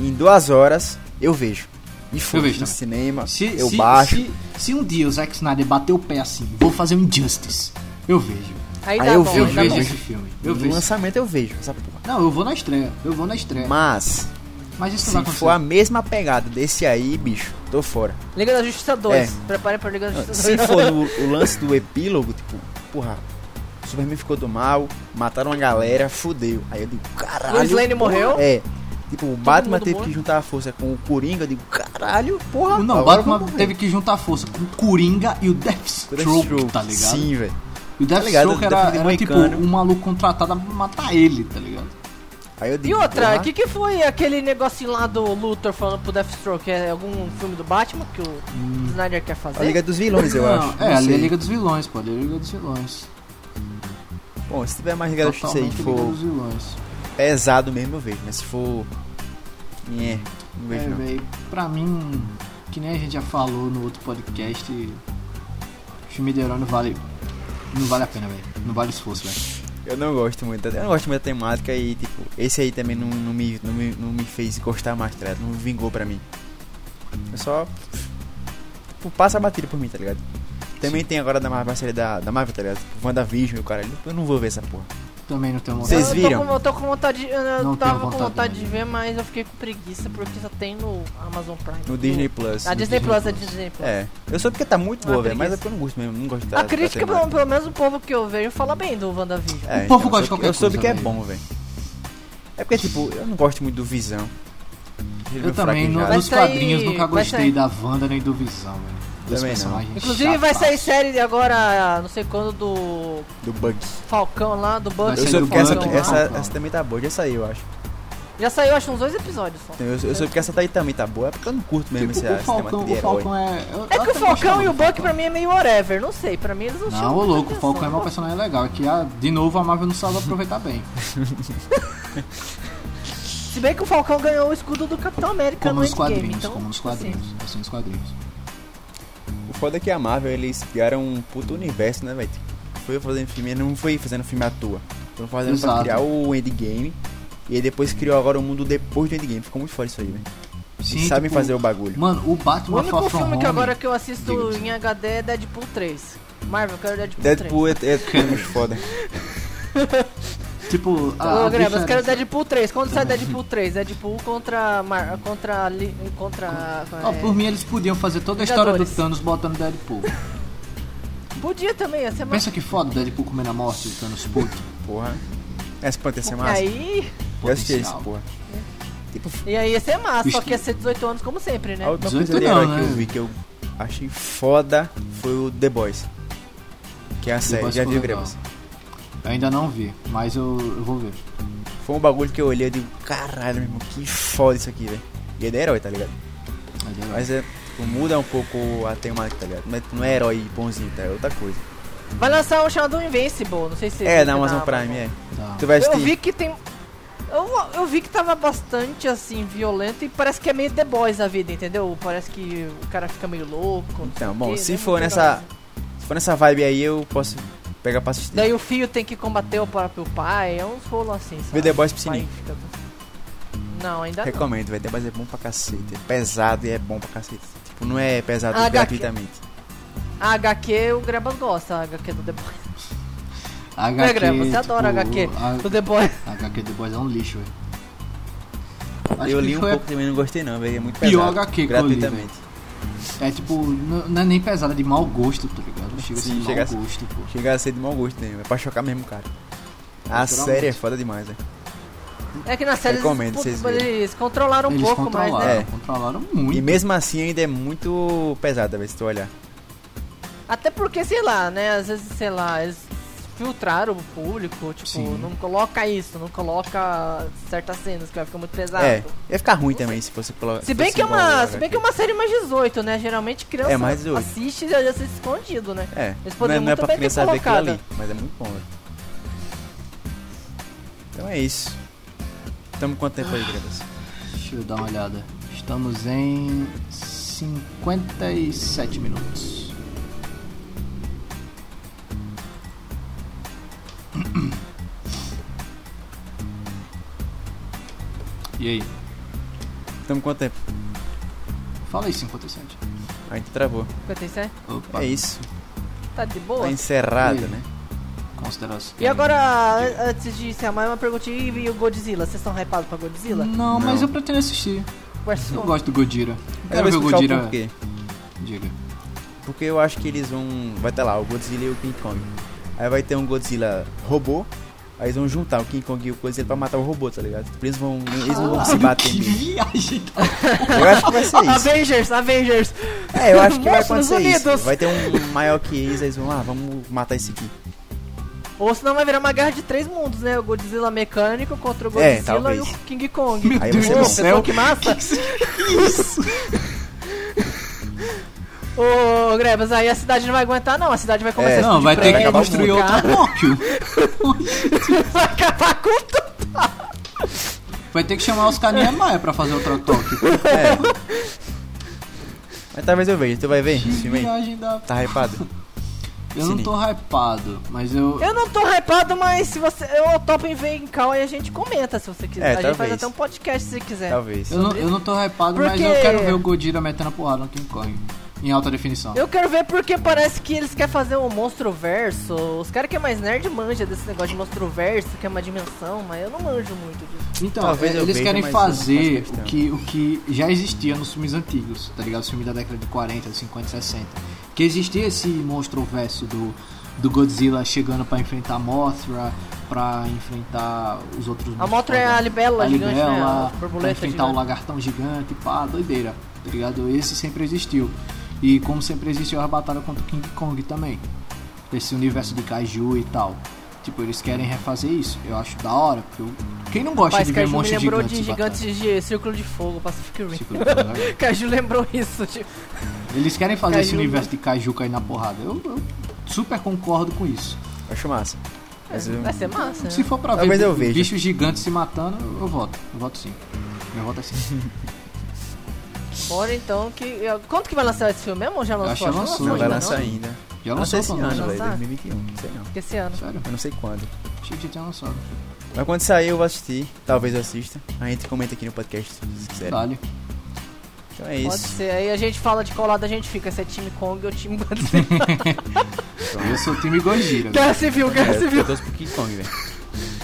A: em duas horas, eu vejo. E foi
B: vejo
A: no
B: também.
A: cinema,
B: Se,
A: eu
B: se-
A: baixo.
B: Se, se um dia o Zack Snyder bater o pé assim, vou fazer um Injustice. Eu vejo.
C: Aí
A: Aí eu vi,
B: Eu
A: Ainda
B: vejo
A: bom.
B: esse filme. Eu
A: no
B: vejo.
A: lançamento eu vejo essa porra.
B: Não, eu vou na estreia. Eu vou na estreia.
A: Mas,
B: Mas isso
A: se
B: não vai
A: for a
B: acontecer.
A: mesma pegada desse aí, bicho, tô fora.
C: Liga da Justiça 2.
A: É.
C: Preparem pra Liga da Justiça
A: Se
C: 2.
A: for no- o lance do epílogo, tipo, porra, o Superman ficou do mal, mataram a galera, fudeu. Aí eu digo, caralho.
C: Lois Lane
A: porra,
C: morreu?
A: É. Tipo, o Batman
C: mundo
A: teve
C: morto.
A: que juntar a força com o Coringa, eu digo, caralho, porra.
B: Não, o
A: agora eu vou
B: Batman
A: morrer.
B: teve que juntar força com o Coringa e o Deathstroke,
A: Deathstroke,
B: tá ligado?
A: Sim, velho.
B: E o
A: ligado? é
B: Deathstroke
A: Death
B: era,
A: de
B: era tipo
A: moicano.
B: um maluco contratado pra matar ele, tá ligado?
A: Aí eu digo,
C: E outra,
A: porra,
C: o que, que foi aquele negocinho lá do Luthor falando pro Deathstroke? É algum filme do Batman que o Snyder quer fazer?
A: Hum. A Liga dos Vilões, eu
B: não,
A: acho.
B: É,
A: não
B: ali é
A: sei.
B: a Liga dos Vilões, pô. Ali é a Liga dos Vilões.
A: Bom, se tiver mais Liga da Justiça aí,
B: Totalmente
A: que
B: Liga
A: for
B: dos Vilões.
A: pesado mesmo, eu vejo. Mas se for... Nhé, não vejo
B: É,
A: não.
B: velho, pra mim, que nem a gente já falou no outro podcast, filme de herói não vale. Não vale a pena, velho. Não vale o esforço, velho.
A: Eu não gosto muito, da- eu não gosto muito da temática e tipo, esse aí também não, não, me, não, me, não me fez gostar mais, tá ligado? Não vingou pra mim. Eu só. Tipo, passa a batida por mim, tá ligado? Também tem agora da Marvel, a série da, da Marvel, tá ligado? Tipo, WandaVision e o cara, eu não vou ver essa porra.
B: Também não tem uma
A: Vocês
C: eu,
A: viram?
C: Tô com, eu tô com vontade. de- Eu
B: Não tenho
C: tava com
B: vontade
C: vontade de
B: mesmo.
C: ver, mas eu fiquei com preguiça porque só tem no Amazon Prime.
A: No Disney Plus.
C: A Disney
B: Disney
C: Plus, a
B: Plus.
C: Disney Plus.
A: É. Eu sou porque tá muito
C: Uma
A: boa, velho, mas
C: preguiça.
A: é porque eu não gosto mesmo, não gosto da
C: A
A: da
C: crítica, pelo,
A: temática.
C: pelo menos o povo que eu vejo, fala bem do WandaVision.
A: É,
B: é O povo
A: eu
B: gosta
A: soube-
B: de qualquer
A: Eu soube
B: coisa, né?
A: que é
B: velho.
A: bom, velho. É porque, tipo, eu não gosto muito do Visão. Ele
B: Eu
A: meio
B: também, no,
A: fraquejado.
C: Vai
B: nos
C: sair-
B: quadrinhos, nunca
C: vai
B: gostei
C: sair.
B: da Wanda nem do Visão, velho. Dois
A: Também não.
B: personagens
C: Inclusive vai sair
B: chataços.
C: série agora, não sei quando, do
A: do Bug.
C: Falcão lá, do Buck.
B: Vai
A: Eu
B: sair
A: soube
B: do
A: que essa,
B: Bug,
C: Falcão lá.
A: essa,
B: Falcão.
A: essa também tá boa, já saiu, eu acho.
C: Já saiu, acho, uns dois episódios só. É
A: Eu, eu soube que essa daí também tá boa, é porque eu não curto mesmo
B: Tipo,
A: esse
B: o Falcão,
A: sistema de
B: o
A: herói.
B: Falcão é. eu-
C: É
B: eu
C: que o
B: até gostava
C: Falcão e o
B: do
C: Buck
B: Falcão.
C: pra mim é meio whatever, não sei, pra mim eles não chamam
B: Não, ô
C: muita
B: louco, o
C: atenção.
B: Falcão é uma personagem legal. É que, ah, de novo, a Marvel não sabe aproveitar bem.
C: Se bem que o Falcão ganhou o escudo do Capitão América
B: Como
C: no
B: nos
C: Endgame,
B: quadrinhos,
C: então,
B: como nos
C: assim,
B: quadrinhos. Assim, nos quadrinhos.
A: O foda é que a Marvel, eles criaram um puto universo, né, velho? Tipo, Foi fazendo filme, não foi fazendo filme à toa. Foram fazendo
B: Exato.
A: pra criar o Endgame. E aí depois criou agora o mundo depois do Endgame. Ficou muito foda isso aí, velho. Eles sabem
B: tipo,
A: fazer o bagulho.
B: Mano, o Batman
C: O único
B: Far From
C: filme que
B: Home-
C: agora que eu assisto
B: Diga-se.
C: em HD é Deadpool 3. Marvel, eu quero Deadpool, 3.
A: Deadpool é, é, é muito foda.
B: Tipo,
A: é
B: a,
C: Ô,
B: a
C: Greba, eu quero
B: diferença-
C: Deadpool 3. Quando sai Deadpool 3? Deadpool contra. Mar... contra. Li... contra.
B: Ó,
C: é,
B: tipo, "Ah, por mim eles podiam fazer toda a história do
C: Vingadores.
B: Thanos botando Deadpool.
C: Podia também, ia ser mais.
B: Pensa que foda o Deadpool comendo a morte do Thanos puto.
A: Porra. Essa pode ser massa.
C: Aí.
A: Eu assisti esse,
B: Potencial.
A: porra. Tipo,
C: E aí ia ser massa, só
B: Isso-
C: que ia ser 18 anos, como sempre, né?
A: a última
B: 18
A: coisa de
B: não,
A: herói
B: né?
A: que eu vi que eu achei foda foi o The Boys. Que é a série,
B: Boys
A: já
B: foi
A: viu,
B: legal.
A: Grebas?
B: Eu ainda não vi, mas eu, eu vou ver.
A: Foi um bagulho que eu olhei e digo, caralho, meu irmão, que foda isso aqui, velho. E é de herói, tá ligado?
B: Mas é-
A: Mas é, tipo, muda um pouco a temática, tá ligado? Não é, não é herói bonzinho, tá? É outra coisa.
C: Vai lançar um chamado Invincible, não sei se.
A: É, na Amazon Prime, é.
B: tá.
A: Tu vai
C: Eu
A: assistir?
C: vi que tem. Eu, eu vi que tava bastante assim, violento e parece que é meio The Boys a vida, entendeu? Parece que o cara fica meio louco.
A: Então,
C: não
A: bom,
C: sei
A: se
C: o quê,
A: for
C: né?
A: nessa. Se for nessa vibe aí, eu posso pegar pra assistir.
C: Daí o filho tem que combater o próprio pai, é uns rolos assim, sabe?
A: Vê The Boys pro
C: Pai
A: sininho.
C: fica- Não, ainda não.
A: Recomendo, vai ter, mas é bom pra cacete. É pesado e é bom pra cacete. Tipo, não é pesado
C: Ah, HQ.
A: gratuitamente.
C: A HQ o Grebas gosta, a HQ do The Boys.
B: HQ,
C: Né, Grebas? Você adora
B: tipo,
C: HQ
B: a-
C: do The Boys.
B: A HQ do Boys é um lixo, velho. Acho
A: eu
B: que
A: li um
B: foi
A: pouco também, não gostei não, velho. É muito
B: Pior
A: pesado.
B: HQ que eu li,
A: Gratuitamente.
B: É tipo, n- não é nem pesada, é de mau gosto, tá ligado? Chega
A: Sim,
B: assim, de
A: chega a
B: mau
A: ser-
B: gosto, pô.
A: Chega a ser de mau gosto, né? É pra chocar mesmo, cara. A
B: Literalmente.
A: série é foda demais, velho.
C: É que na série
A: Recomendo vocês
C: eles, putz,
A: verem.
C: eles controlaram um
B: Eles
C: pouco mais,
B: controlaram,
C: né?
A: né?
B: controlaram muito.
A: E mesmo assim ainda é muito pesada, velho, se tu olhar. é.
C: Até porque, sei lá, né? Às vezes, sei lá, eles filtraram o público, tipo,
B: Sim.
C: não coloca isso, não coloca certas cenas que vai ficar muito pesado.
A: É, ia ficar ruim também se fosse colocar.
C: Se bem,
A: fosse
C: que é uma,
A: igual
C: se bem que é
A: HQ.
C: uma série mais 18, né? Geralmente criança
A: É, mais 18.
C: assiste e assiste escondido, né?
A: É,
C: Eles
A: não é,
C: poderiam
A: não é
C: muito
A: pra
C: bem ter
A: criança ver aquilo
C: colocado.
A: ali, mas é muito bom, velho. Então é isso. Tamo quanto tempo aí, Grebas?
B: Deixa eu dar uma olhada. Estamos em 57 minutos. E aí?
A: Tamo quanto tempo?
B: Fala aí 57.
A: A gente travou.
C: 57?
B: Opa,
A: É isso.
C: Tá de boa?
A: Tá encerrado,
B: Sim.
A: né?
B: consideração.
C: E agora, an- antes de encerrar, mais uma perguntinha. E o Godzilla? Vocês estão hypados pra Godzilla?
B: Não, mas
A: Não.
B: eu pretendo assistir.
C: Versus
B: Eu
C: Kong.
B: gosto do Godira.
A: Eu vou
B: Quero ver o
A: explicar o
B: Godira.
A: porquê.
B: Diga.
A: Porque eu acho que eles vão. Vai estar lá, o Godzilla e o King Kong. Aí vai ter um Godzilla robô. Aí eles vão juntar o King Kong e o Godzilla pra matar o robô, tá ligado? Tipo, Eles vão. Eles não vão se bater
B: Ah, que
A: mesmo.
B: viagem.
A: Eu acho que vai ser isso.
C: Avengers, Avengers!
A: É, eu acho que vai
C: Monstros
A: acontecer isso.
C: Unidos.
A: Vai ter um maior que eles, eles vão, ah, vamos matar esse aqui.
C: Ou senão vai virar uma guerra de três mundos, né? O Godzilla mecânico contra o
A: É,
C: Godzilla e
A: talvez.
C: o King Kong.
A: Aí vai ser
C: Pô,
A: bom.
C: pessoal, que massa!
B: Isso.
C: Ô, Grebas, aí a cidade não vai aguentar, não. A cidade vai começar
A: É,
C: a
B: Não,
C: explodir
B: vai ter que
C: prédio,
B: construir outra
C: lugar.
B: Tóquio.
C: Vai acabar com tudo.
B: Vai ter que chamar os carinha Maia pra fazer outra Tóquio.
A: É. Mas talvez eu veja, tu vai ver esse
B: Que
A: filme aí?
B: viagem da...
A: Tá hypado?
B: Eu não tô hypado, mas eu...
C: Eu não tô hypado, mas se você. Eu topo em ver em cal e a gente comenta se você quiser.
A: É,
C: a gente faz
A: talvez.
C: até um podcast se quiser.
A: Talvez.
B: Eu não, eu não tô hypado, mas
C: Porque-
B: eu quero ver o Godira metendo a porrada no King Kong. Em alta definição.
C: Eu quero ver porque parece que eles querem fazer um monstro verso. Os caras que é mais nerd manja desse negócio de monstro verso, que é uma dimensão, mas eu não manjo muito disso.
B: Então,
A: Talvez
B: é,
A: eu
B: eles
A: veja,
B: querem
A: mas eu não
B: fazer
A: faço
B: o
A: questão.
B: que, o que já existia nos filmes antigos, tá ligado? Os filmes da década de 40, 50, 60. Que existia esse monstro verso do, do Godzilla chegando pra enfrentar a Mothra, pra enfrentar os outros
C: A
B: monstros
C: Mothra é a
B: foda.
C: libélula
B: a
C: gigante, né?
B: libélula,
C: A
B: pra
C: borboleta
B: enfrentar tá o
C: gigante.
B: um lagartão gigante, pá, doideira, tá ligado? Esse sempre existiu. E como sempre existiu a batalha contra o King Kong também. Esse universo de Kaiju e tal. Tipo, eles querem refazer isso. Eu acho da hora, porque eu... quem não gosta
C: Rapaz,
B: de ver
C: Caju me
B: monstros
C: lembrou
B: gigantes?
C: de
B: se batalhando?
C: gigantes de Círculo de Fogo, Pacific Rim.
B: Tipo, tá ligado?
C: Caju lembrou isso, tipo.
B: Eles querem fazer esse
C: Kaiju.
B: universo de Kaiju cair na porrada. Eu, eu super concordo com isso.
A: Acho massa. Mas eu-
C: É, Vai ser massa, né?
B: Se for pra
A: Talvez
B: ver
A: eu veja.
B: bichos gigantes se matando, eu voto. Eu voto sim. Meu voto é sim.
C: Bora então que. Quanto que vai lançar esse filme mesmo? Ou já lançou?
B: Acho que já lançou,
A: Não vai
B: ainda
A: lançar ainda.
B: Já
A: Lança
B: lançou
A: esse
B: o
A: ano,
C: não né?
A: velho.
C: lançar?
A: 2021, não sei não.
C: Porque Esse ano.
B: Sério?
A: Eu não sei quando.
B: Achei que já tinha lançado.
A: Mas quando sair eu vou assistir, talvez eu assista. A gente comenta aqui no podcast, se quiser.
B: Detalhe.
A: Então é
C: Pode
A: isso.
C: ser. Aí a gente fala de qual lado a gente fica, se é time Kong ou time Godzilla.
B: Então, Eu sou o time Gojira. velho.
C: guerra Civil,
D: É,
C: Guerra Civil.
D: eu torço pro King Kong, velho.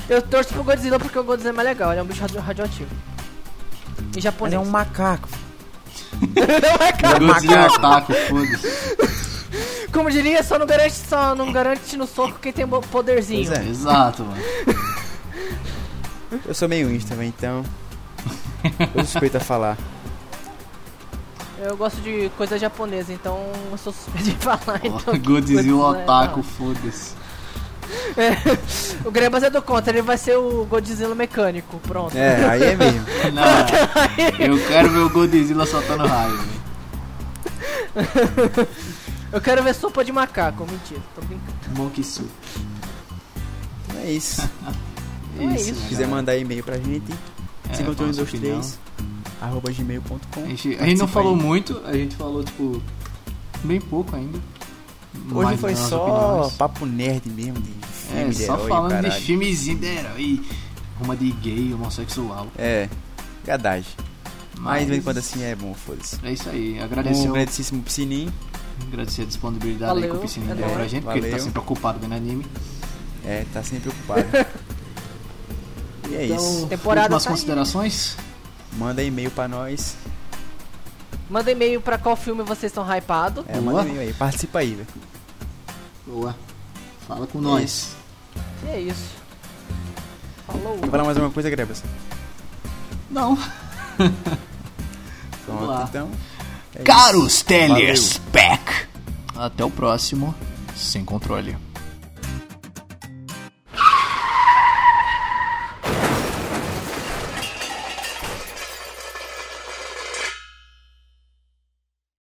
C: Eu torço pro Godzilla porque o Godzilla é mais legal, ele é um bicho radio- radioativo. E
A: Mas
C: japonês. é um
A: é um macaco.
B: Godzilla é taco, foda-se.
C: Como diria, só não garante, só não garante no soco quem tem bo- poderzinho.
A: Pois é.
B: Exato, mano.
A: Eu sou meio insta, velho, então. Eu suspeito a falar. é.
C: Eu gosto de coisa japonesa, então eu sou suspeito de falar. Então,
B: Godzilla
C: é,
B: otaku, foda-se.
C: não. O Grebas é do contra, ele vai ser o Godzilla mecânico, pronto.
A: É, aí é mesmo.
B: Não, eu quero ver o Godzilla soltando raio, velho.
C: Eu quero ver sopa de macaco, mentira, tô brincando.
B: Bom que isso.
A: É isso.
C: Então é isso.
A: Se
B: cara.
A: quiser mandar e-mail pra gente,
B: É,
A: se encontrou
B: fala
A: um,
B: sua
A: dois,
B: opinião.
A: três, Tá arroba
B: A
A: gmail.com.
B: gente, a gente não
A: Participa
B: falou
A: aí.
B: muito, a gente falou, tipo, bem pouco ainda.
A: Hoje
B: Mas
A: foi
B: nas
A: só
B: opiniões.
A: papo nerd mesmo, de filme
B: É,
A: de
B: só
A: herói,
B: falando
A: caralho.
B: de filmezinho de herói. Uma de gay, homossexual.
A: É, gadagem. Mas de vez em quando
B: Mas
A: assim é bom, foda-se.
B: É isso aí,
A: Um
B: agradecer, o-
A: grandíssimo Sininho.
B: agradecer a disponibilidade aí que o
C: Valeu,
B: Piscina deu
C: valeu.
B: pra gente, porque ele tá
A: Valeu.
B: sempre ocupado vendo anime.
A: É, tá sempre ocupado. e é
B: Então,
A: isso.
C: Temporada
B: últimas
C: tá aí.
B: considerações?
A: Manda e-mail pra nós.
C: Manda e-mail pra qual filme vocês estão hypados.
A: É,
B: Boa.
A: manda e-mail aí. Participa aí, velho.
B: Boa. Fala com
A: É
B: nós.
C: E é isso. Falou.
A: Quer falar mais alguma coisa, Grebas?
B: Não. Vamos
A: Pronto,
B: lá.
A: então. é isso.
B: Caros Telespec. Até o próximo. Sem controle.